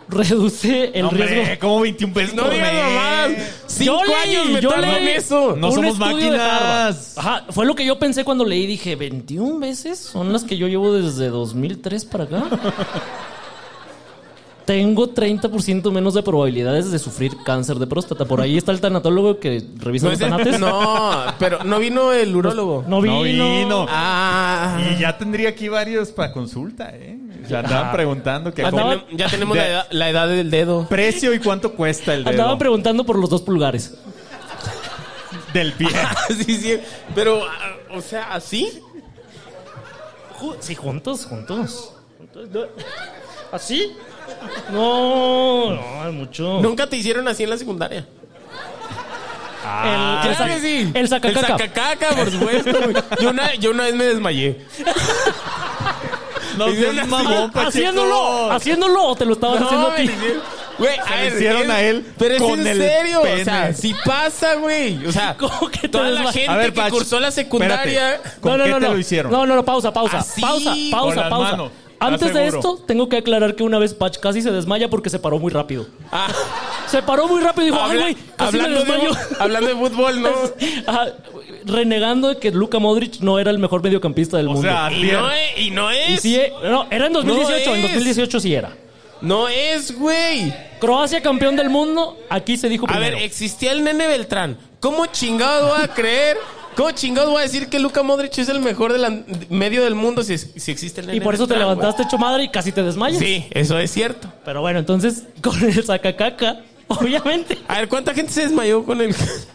Speaker 5: reduce el
Speaker 4: No, hombre,
Speaker 5: riesgo.
Speaker 4: ¿Cómo 21 pesos
Speaker 6: No
Speaker 4: por
Speaker 6: digan
Speaker 4: mes?
Speaker 6: mamadas. Cinco
Speaker 5: leí,
Speaker 6: años me
Speaker 5: yo
Speaker 6: tardo en
Speaker 5: leí.
Speaker 6: eso.
Speaker 4: No
Speaker 5: Un
Speaker 4: somos
Speaker 5: estudio de
Speaker 4: máquinas.
Speaker 5: Harvard. Ajá, fue lo que yo pensé cuando leí. Dije, 21 veces son las que yo llevo desde 2003 para acá. Tengo 30% menos de probabilidades de sufrir cáncer de próstata. Por ahí está el tanatólogo que revisa
Speaker 6: No,
Speaker 5: los
Speaker 6: es el-
Speaker 5: tanates.
Speaker 6: no, pero no vino el urólogo.
Speaker 5: no vino.
Speaker 4: No vino.
Speaker 6: Ah.
Speaker 4: Y ya tendría aquí varios para consulta, ¿eh? Ya
Speaker 6: Ah.
Speaker 4: andaban preguntando que
Speaker 6: Ya
Speaker 4: cómo-
Speaker 6: tenemos- ya tenemos la
Speaker 4: De-
Speaker 6: edad, la edad del dedo.
Speaker 4: precio y cuánto cuesta el
Speaker 5: Andaba
Speaker 4: dedo
Speaker 5: preguntando por los dos pulgares.
Speaker 4: del pie.
Speaker 6: sí, sí. Pero, ah, o sea, así.
Speaker 5: Ju- Sí, juntos, juntos. Juntos, no. ¿Así? No, no, es mucho.
Speaker 6: Nunca te hicieron así en la secundaria.
Speaker 5: el, el, sac- el sacacaca.
Speaker 6: El sacacaca, por supuesto. güey. yo, una, yo una vez me desmayé.
Speaker 4: No
Speaker 6: Y
Speaker 4: seas
Speaker 6: así-
Speaker 4: mamón, Pacheco.
Speaker 5: haciéndolo, haciéndolo o te lo estabas
Speaker 6: No,
Speaker 5: haciendo a ti.
Speaker 6: me hicieron- Güey,
Speaker 4: Se le hicieron
Speaker 6: es-
Speaker 4: a él
Speaker 6: Pero es
Speaker 4: con
Speaker 6: en
Speaker 4: el
Speaker 6: serio. O sea,
Speaker 4: pene.
Speaker 6: sí pasa, güey. O sea,
Speaker 5: ¿Cómo que te
Speaker 6: toda la
Speaker 5: desmayas?
Speaker 6: gente
Speaker 4: A ver,
Speaker 6: que
Speaker 4: Pach,
Speaker 6: cursó la secundaria.
Speaker 4: espérate. ¿Con qué te lo hicieron?
Speaker 5: No, no, no, pausa, pausa,
Speaker 6: Así,
Speaker 5: pausa,
Speaker 4: con
Speaker 5: pausa,
Speaker 4: las
Speaker 5: pausa.
Speaker 4: manos,
Speaker 5: Antes
Speaker 4: ¿estás
Speaker 5: de
Speaker 4: seguro?
Speaker 5: esto, tengo que aclarar que una vez Patch casi se desmaya porque se paró muy rápido.
Speaker 6: Ah,
Speaker 5: Se paró muy rápido y dijo, ay,
Speaker 6: Habla-
Speaker 5: güey, casi me
Speaker 6: hablando, de,
Speaker 5: desmayo.
Speaker 6: hablando de fútbol, ¿no?
Speaker 5: Ajá, Ah, renegando de que Luka Modric no era el mejor mediocampista del
Speaker 4: O
Speaker 5: mundo.
Speaker 4: sea,
Speaker 6: Y
Speaker 4: Ah, bien.
Speaker 6: no es, y no
Speaker 5: y
Speaker 6: es.
Speaker 5: sí, eh, no, era en 2018,
Speaker 6: No
Speaker 5: en
Speaker 6: es.
Speaker 5: 2018 sí era.
Speaker 6: No es, güey.
Speaker 5: Croacia campeón del mundo, aquí se dijo
Speaker 6: A
Speaker 5: primero.
Speaker 6: ver, existía el nene Beltrán. ¿Cómo chingado voy a creer? ¿Cómo chingado voy a decir que Luka Modric es el mejor delan- medio del mundo si, si existe el nene
Speaker 5: y por eso te
Speaker 6: Beltrán,
Speaker 5: levantaste hecho madre y casi te desmayas.
Speaker 6: güey? eh, Sí, eso es cierto.
Speaker 5: Pero bueno, entonces con el sacacaca, obviamente.
Speaker 6: A ver, ¿cuánta gente se desmayó con el.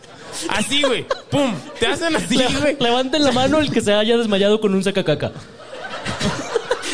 Speaker 6: Así, güey. ¡Pum! Te hacen así,
Speaker 5: Le-
Speaker 6: güey.
Speaker 5: levanten la mano el que se haya desmayado con un sacacaca.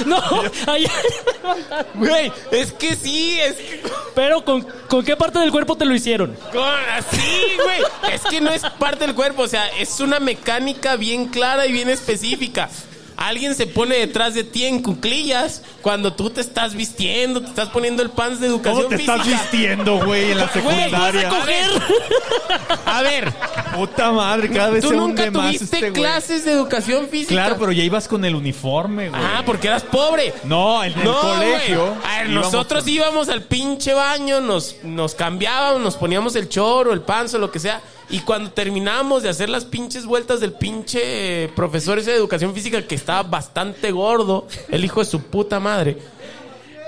Speaker 5: no, ahí-
Speaker 6: Güey, es que sí, es que.
Speaker 5: pero ¿con, ¿con qué parte del cuerpo te lo hicieron?
Speaker 6: Con- así, güey. Es que no es parte del cuerpo, o sea, es una mecánica bien clara y bien específica. Alguien se pone detrás de ti en cuclillas cuando tú te estás vistiendo, te estás poniendo el pants de educación
Speaker 4: ¿Cómo te
Speaker 6: física.
Speaker 4: estás vistiendo, güey, en la
Speaker 6: Güey, vas a
Speaker 4: secundaria?
Speaker 6: coger. A ver,
Speaker 4: Puta madre, cada vez
Speaker 6: tú
Speaker 4: se
Speaker 6: nunca
Speaker 4: hunde más
Speaker 6: tuviste
Speaker 4: este güey.
Speaker 6: clases de educación física.
Speaker 4: Claro, pero ya ibas con el uniforme, güey.
Speaker 6: Ah, porque eras pobre.
Speaker 4: No, en el
Speaker 6: No,
Speaker 4: colegio.
Speaker 6: güey. A ver,
Speaker 4: íbamos
Speaker 6: nosotros íbamos al pinche baño, nos, nos cambiábamos, nos poníamos el choro, el panzo, lo que sea. Y cuando terminábamos de hacer las pinches vueltas del pinche eh, profesor ese de educación física que estaba bastante gordo, el hijo de su puta madre.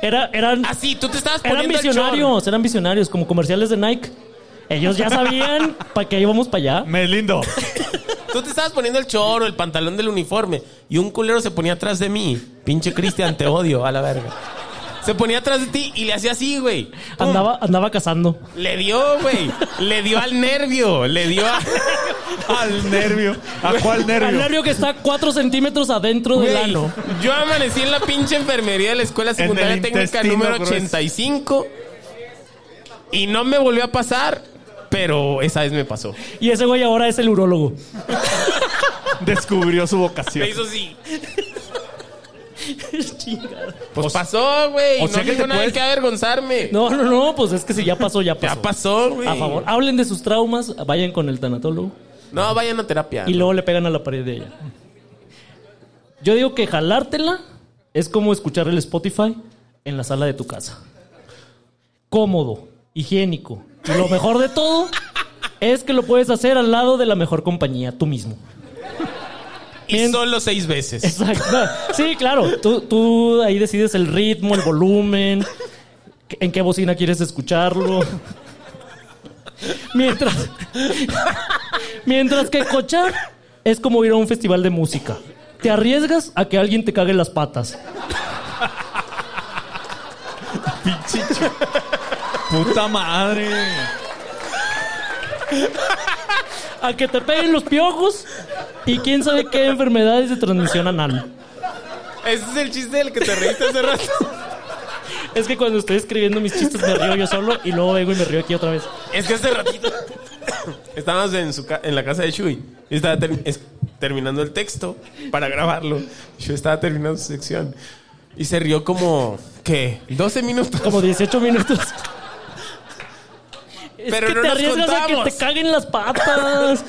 Speaker 5: Era, eran,
Speaker 6: Así, tú te estabas
Speaker 5: eran
Speaker 6: poniendo el choro.
Speaker 5: visionarios, eran visionarios, como comerciales de Nike. Ellos ya sabían para qué íbamos para allá.
Speaker 4: Me lindo.
Speaker 6: Tú te estabas poniendo el choro, el pantalón del uniforme. Y un culero se ponía atrás de mí. Pinche Cristian, te odio, a la verga. Se ponía atrás de ti y le hacía así, güey. Pum.
Speaker 5: Andaba, andaba cazando.
Speaker 6: Le dio, güey. Le dio al nervio. Le dio a...
Speaker 4: Al nervio. ¿A cuál
Speaker 5: Al
Speaker 4: nervio?
Speaker 5: nervio que está 4 centímetros adentro del
Speaker 6: Güey,
Speaker 5: ano.
Speaker 6: Yo amanecí en la pinche enfermería de la Escuela
Speaker 4: el
Speaker 6: Secundaria Técnica
Speaker 4: intestino
Speaker 6: número
Speaker 4: grueso.
Speaker 6: 85. Y no me volvió a pasar, pero esa vez me pasó.
Speaker 5: Y ese güey ahora es el urólogo.
Speaker 4: Descubrió su vocación.
Speaker 6: Me hizo así.
Speaker 5: Chingada.
Speaker 6: Pues pasó, güey.
Speaker 4: o
Speaker 6: No
Speaker 4: sea que
Speaker 6: tengo
Speaker 4: te
Speaker 6: nada
Speaker 4: puedes-
Speaker 6: que avergonzarme.
Speaker 5: No, no, no, pues es que si ya pasó, ya pasó.
Speaker 6: Ya pasó, güey.
Speaker 5: A favor, hablen de sus traumas, vayan con el tanatólogo
Speaker 6: No, vayan a terapia.
Speaker 5: y luego le pegan a la pared de ella. Yo digo que jalártela es como escuchar el Spotify en la sala de tu casa. Cómodo, higiénico. Y lo mejor de todo es que lo puedes hacer al lado de la mejor compañía, tú mismo.
Speaker 6: Y solo seis veces.
Speaker 5: Exacto. Sí, claro. Tú, tú ahí decides el ritmo, el volumen, en qué bocina quieres escucharlo. Mientras, mientras que cochar es como ir a un festival de música. Te arriesgas a que alguien te cague las patas.
Speaker 4: Puta madre.
Speaker 5: a que te peguen los piojos y quién sabe qué enfermedades de transmisión anal.
Speaker 6: Ese es el chiste del que te reíste hace rato.
Speaker 5: Es que cuando estoy escribiendo mis chistes me río yo solo y luego vengo y me río aquí otra vez.
Speaker 6: Es que hace ratito estábamos en, su ca- en la casa de Shui y estaba ter- es- terminando el texto para grabarlo. Yo estaba terminando su sección y se rió como, ¿qué? 12 minutos.
Speaker 5: Como 18 minutos. Es
Speaker 6: Pero
Speaker 5: que
Speaker 6: no
Speaker 5: te
Speaker 6: nos
Speaker 5: arriesgas a que
Speaker 6: contamos.
Speaker 5: te caguen las patas.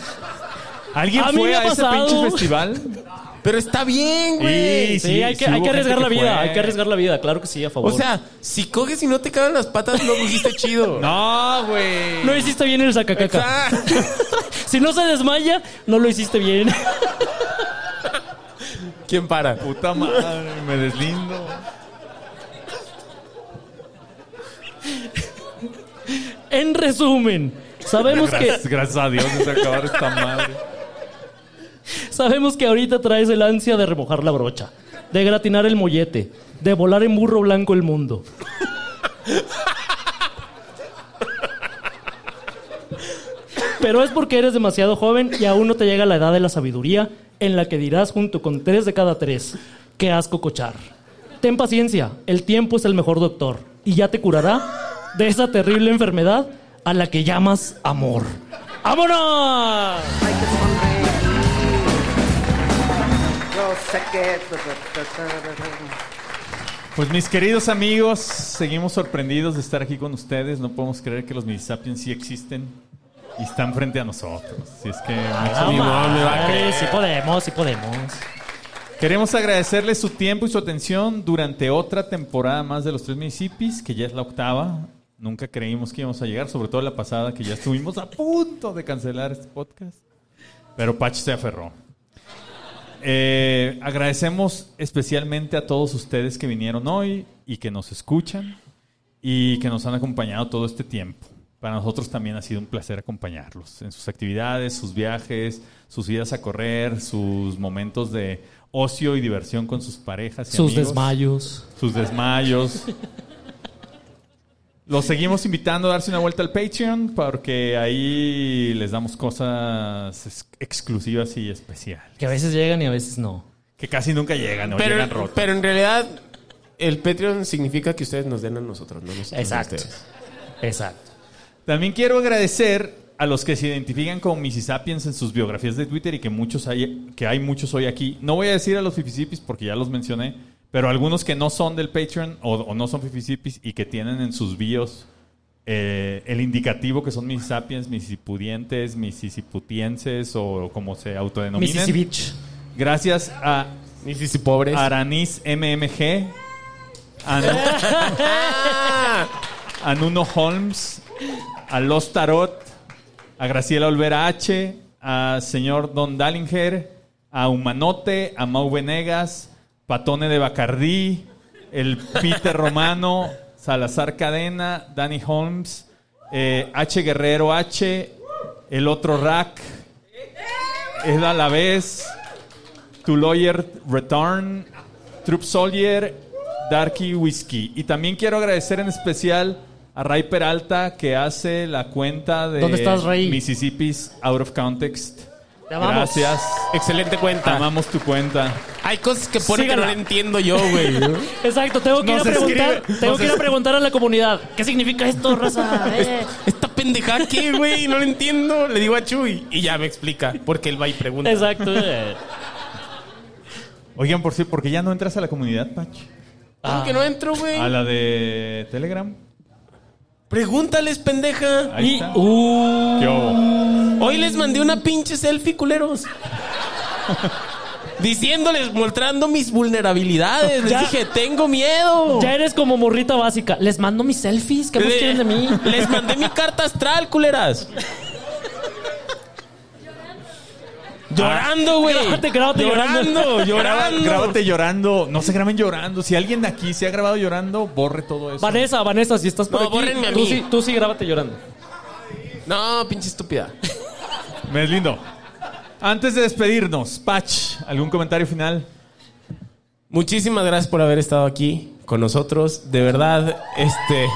Speaker 4: ¿Alguien
Speaker 5: A mí
Speaker 4: fue
Speaker 5: me ha
Speaker 4: a ese
Speaker 5: pasado.
Speaker 4: pinche festival?
Speaker 6: Pero está bien, güey.
Speaker 5: Sí, hay que,
Speaker 4: sí
Speaker 5: hay
Speaker 4: hubo
Speaker 5: que arriesgar
Speaker 4: gente
Speaker 5: la
Speaker 4: que
Speaker 5: vida,
Speaker 4: fue.
Speaker 5: hay que arriesgar la vida, claro que sí, a favor.
Speaker 6: O sea, si coges y no te caben las patas, no cogiste chido.
Speaker 4: No, güey.
Speaker 5: no hiciste bien el sacacaca.
Speaker 6: Exacto.
Speaker 5: Si no se desmaya, no lo hiciste bien.
Speaker 6: ¿Quién para?
Speaker 4: Puta madre, me deslindo.
Speaker 5: En resumen, sabemos que
Speaker 4: Gracias, gracias a Dios se acabar esta madre.
Speaker 5: Sabemos que ahorita traes el ansia de remojar la brocha, de gratinar el mollete, de volar en burro blanco el mundo. Pero es porque eres demasiado joven y aún no te llega la edad de la sabiduría en la que dirás junto con tres de cada tres, qué asco cochar. Ten paciencia, el tiempo es el mejor doctor y ya te curará de esa terrible enfermedad a la que llamas amor. ¡Vámonos!
Speaker 7: Hay que sonreír. Yo sé que...
Speaker 4: Pues mis queridos amigos, seguimos sorprendidos de estar aquí con ustedes. No podemos creer que los Minisapiens sí existen y están frente a nosotros. Así es que mucho
Speaker 5: Vamos,
Speaker 4: limón me va a
Speaker 5: vale,
Speaker 4: creer.
Speaker 5: sí podemos, sí podemos.
Speaker 4: Queremos agradecerles su tiempo y su atención durante otra temporada más de los tres municipios, que ya es la octava. Nunca creímos que íbamos a llegar, sobre todo la pasada que ya estuvimos a punto de cancelar este podcast. Pero Patch se aferró. Eh, agradecemos especialmente a todos ustedes que vinieron hoy y que nos escuchan y que nos han acompañado todo este tiempo. Para nosotros también ha sido un placer acompañarlos en sus actividades, sus viajes, sus idas a correr, sus momentos de ocio y diversión con sus parejas. y
Speaker 5: Sus
Speaker 4: amigos
Speaker 5: desmayos.
Speaker 4: sus desmayos. Los seguimos invitando a darse una vuelta al Patreon porque ahí les damos cosas ex- exclusivas y especiales.
Speaker 5: Que a veces llegan y a veces no.
Speaker 4: Que casi nunca llegan o llegan
Speaker 6: Pero,
Speaker 4: rotos.
Speaker 6: pero en realidad, el Patreon significa que ustedes nos den a nosotros, no nosotros a
Speaker 5: Exacto.
Speaker 6: ustedes.
Speaker 5: Exacto.
Speaker 4: También quiero agradecer a los que se identifican con Mississippians en sus biografías de Twitter y que muchos hay, que hay muchos hoy aquí. No voy a decir a los Fifisipis porque ya los mencioné, pero algunos que no son del Patreon o, o no son Fifisipis y que tienen en sus bios eh, el indicativo que son Mississippians, Missisipudientes, Mississiputienses o como se autodenominan.
Speaker 5: Mississippi.
Speaker 4: Gracias a
Speaker 6: Ni si, si pobres.
Speaker 5: Ah.
Speaker 4: Aranis MMG, Anu- a Nuno Holmes, a Los Tarot, a Graciela Olvera H, a señor Don Dallinger, a Humanote, a Mau Venegas, Patone de Bacardí, el Peter Romano, Salazar Cadena, Danny Holmes, eh, H Guerrero H, el otro Rack, es a la vez. To Lawyer Return, Troop Soldier, Darky Whiskey. Y también quiero agradecer en especial a Ray Peralta que hace la cuenta de
Speaker 5: ¿Dónde estás, Ray?
Speaker 4: Mississippi's Out of Context.
Speaker 5: Te amamos.
Speaker 4: Gracias.
Speaker 6: Excelente
Speaker 5: Ah,
Speaker 6: cuenta.
Speaker 4: Amamos tu cuenta.
Speaker 6: Hay cosas que pone que no
Speaker 5: Sígala.
Speaker 6: le entiendo yo, güey.
Speaker 5: Exacto, tengo que ir a
Speaker 4: Nos escribe-
Speaker 5: preguntar, tengo
Speaker 4: nos
Speaker 5: que ir a
Speaker 4: es-
Speaker 5: preguntar a la comunidad. ¿Qué significa esto, raza? Eh.
Speaker 6: Esta pendejada qué, güey, no lo entiendo. Le digo a Chuy y ya me explica porque él va y pregunta.
Speaker 5: Exacto. eh.
Speaker 4: Oigan, por cierto, porque ya no entras a la comunidad, Pach.
Speaker 6: ¿Cómo Ah, que no
Speaker 5: Ah.
Speaker 6: entro, güey?
Speaker 4: A la de Telegram.
Speaker 6: Pregúntales, pendeja.
Speaker 4: Ahí
Speaker 5: Y-
Speaker 4: está.
Speaker 5: uh,
Speaker 4: ¿Qué hubo?
Speaker 6: Hoy les mandé una pinche selfie, culeros. Diciéndoles, mostrando mis vulnerabilidades. Les
Speaker 5: Ya.
Speaker 6: dije, tengo miedo.
Speaker 5: ya eres como morrita básica. Les mando mis selfies, ¿qué más
Speaker 6: Le-
Speaker 5: quieren de mí?
Speaker 6: Les mandé mi carta astral, culeras. Llorando, güey.
Speaker 5: Grábate, grábate
Speaker 6: Ah. llorando.
Speaker 5: llorando.
Speaker 6: Llorando.
Speaker 4: Grábate llorando. No se graben llorando. Si alguien de aquí se ha grabado llorando, borre todo eso.
Speaker 5: Vanessa, Vanessa, si estás por
Speaker 6: No,
Speaker 5: aquí,
Speaker 6: bórrenme a
Speaker 5: tú
Speaker 6: mí.
Speaker 5: sí, tú sí grábate llorando.
Speaker 6: No, pinche estúpida.
Speaker 4: Me es lindo. Antes de despedirnos, Patch, ¿algún comentario final?
Speaker 6: Muchísimas gracias por haber estado aquí con nosotros. De verdad, este.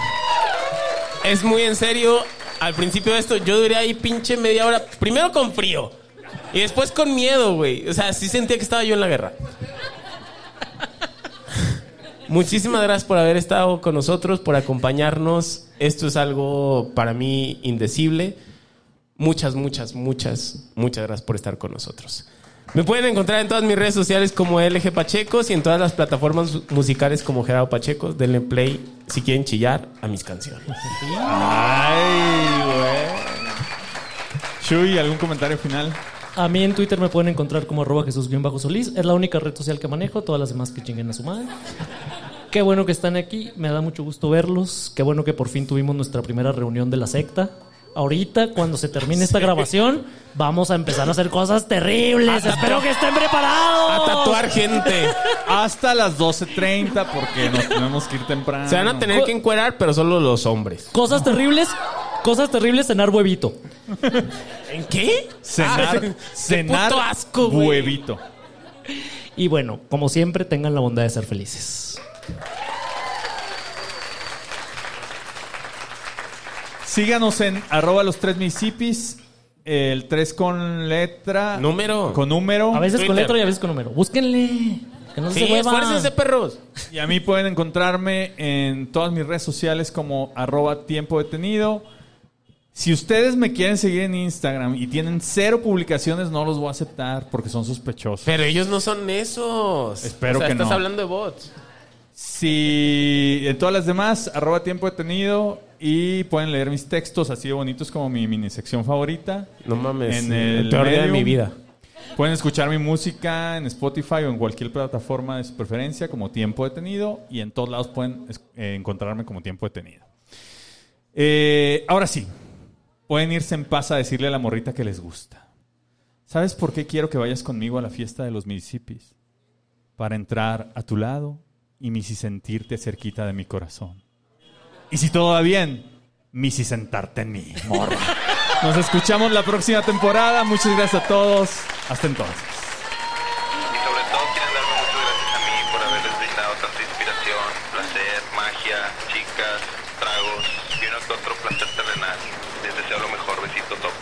Speaker 6: Es muy en serio. Al principio de esto, yo duré ahí pinche media hora. Primero con frío. Y después con miedo, güey. O sea, sí sentía que estaba yo en la guerra. Muchísimas gracias por haber estado con nosotros, por acompañarnos. Esto es algo para mí indecible. Muchas, muchas, muchas, muchas gracias por estar con nosotros. Me pueden encontrar en todas mis redes sociales como LG Pachecos y en todas las plataformas musicales como Gerardo Pachecos. Denle play si quieren chillar a mis canciones.
Speaker 4: Ay, güey. Chuy, ¿algún comentario final?
Speaker 5: A mí en Twitter me pueden encontrar como arroba Jesús-Solís. Es la única red social que manejo. Todas las demás que chinguen a su madre. Qué bueno que están aquí. Me da mucho gusto verlos. Qué bueno que por fin tuvimos nuestra primera reunión de la secta. Ahorita, cuando se termine esta grabación, vamos a empezar a hacer cosas terribles. Espero que estén
Speaker 6: A
Speaker 4: Oh.
Speaker 5: preparados.
Speaker 6: tatuar gente.
Speaker 4: Hasta las 12.30 porque nos tenemos que ir temprano.
Speaker 6: Se van a tener que encuerar, pero solo los hombres.
Speaker 5: Cosas terribles. Cosas terribles, cenar huevito.
Speaker 6: ¿En qué?
Speaker 4: Cenar,
Speaker 6: Ah, qué
Speaker 4: cenar
Speaker 6: puto asco, güey.
Speaker 4: huevito.
Speaker 5: Y bueno, como siempre, tengan la bondad de ser felices.
Speaker 4: Síganos en arroba los tres municipios, el 3 con letra.
Speaker 6: Número.
Speaker 4: Con número.
Speaker 5: A veces con
Speaker 6: Twitter.
Speaker 5: letra y a veces con número. Búsquenle. Que no
Speaker 6: Sí,
Speaker 5: se huevan.
Speaker 6: esfuércense, perros.
Speaker 4: Y a mí pueden encontrarme en todas mis redes sociales como arroba tiempo detenido. Si ustedes me quieren seguir en Instagram y tienen cero publicaciones, no los voy a aceptar porque son sospechosos.
Speaker 6: Pero ellos no son esos.
Speaker 4: Espero
Speaker 6: O sea,
Speaker 4: que
Speaker 6: estás
Speaker 4: no.
Speaker 6: hablando de bots.
Speaker 4: Si en todas las demás, arroba tiempo detenido y pueden leer mis textos así de bonitos como mi mini sección favorita.
Speaker 6: No mames.
Speaker 4: En
Speaker 6: el,
Speaker 4: el
Speaker 6: peor día de
Speaker 4: Medium.
Speaker 6: mi vida.
Speaker 4: Pueden escuchar mi música en Spotify o en cualquier plataforma de su preferencia como Tiempo Detenido y en todos lados pueden es- eh, encontrarme como Tiempo Detenido. Eh, ahora sí, pueden irse en paz a decirle a la morrita que les gusta. ¿Sabes por qué quiero que vayas conmigo a la fiesta de los Mississippis? Para entrar a tu lado y misi sentirte cerquita de mi corazón. Y si todo va bien, misi sentarte en mí, morra. Nos escuchamos la próxima temporada. Muchas gracias a todos. Hasta entonces.
Speaker 3: Y sobre todo quieren darme muchas gracias a mí por haberles brindado tanta inspiración, placer, magia, chicas, tragos y uno que otro placer terrenal. Les deseo lo mejor, besito top.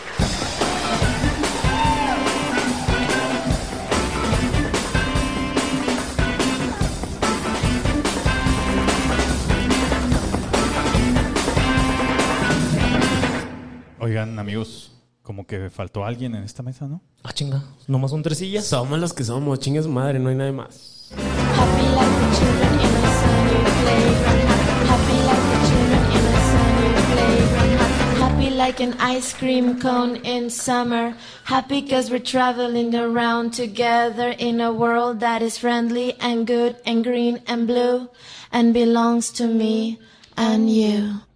Speaker 4: Oigan, amigos, como que faltó alguien en esta mesa, ¿no?
Speaker 5: Ah, chinga. Nomás son tres sillas.
Speaker 6: Somos los que somos, chingue su madre, no hay nadie más.
Speaker 8: Happy like the children in the sun you play. Happy like the children in the sun you play. Happy like an ice cream cone in summer. Happy cause we're traveling around together in a world that is friendly and good and green and blue and belongs to me and you.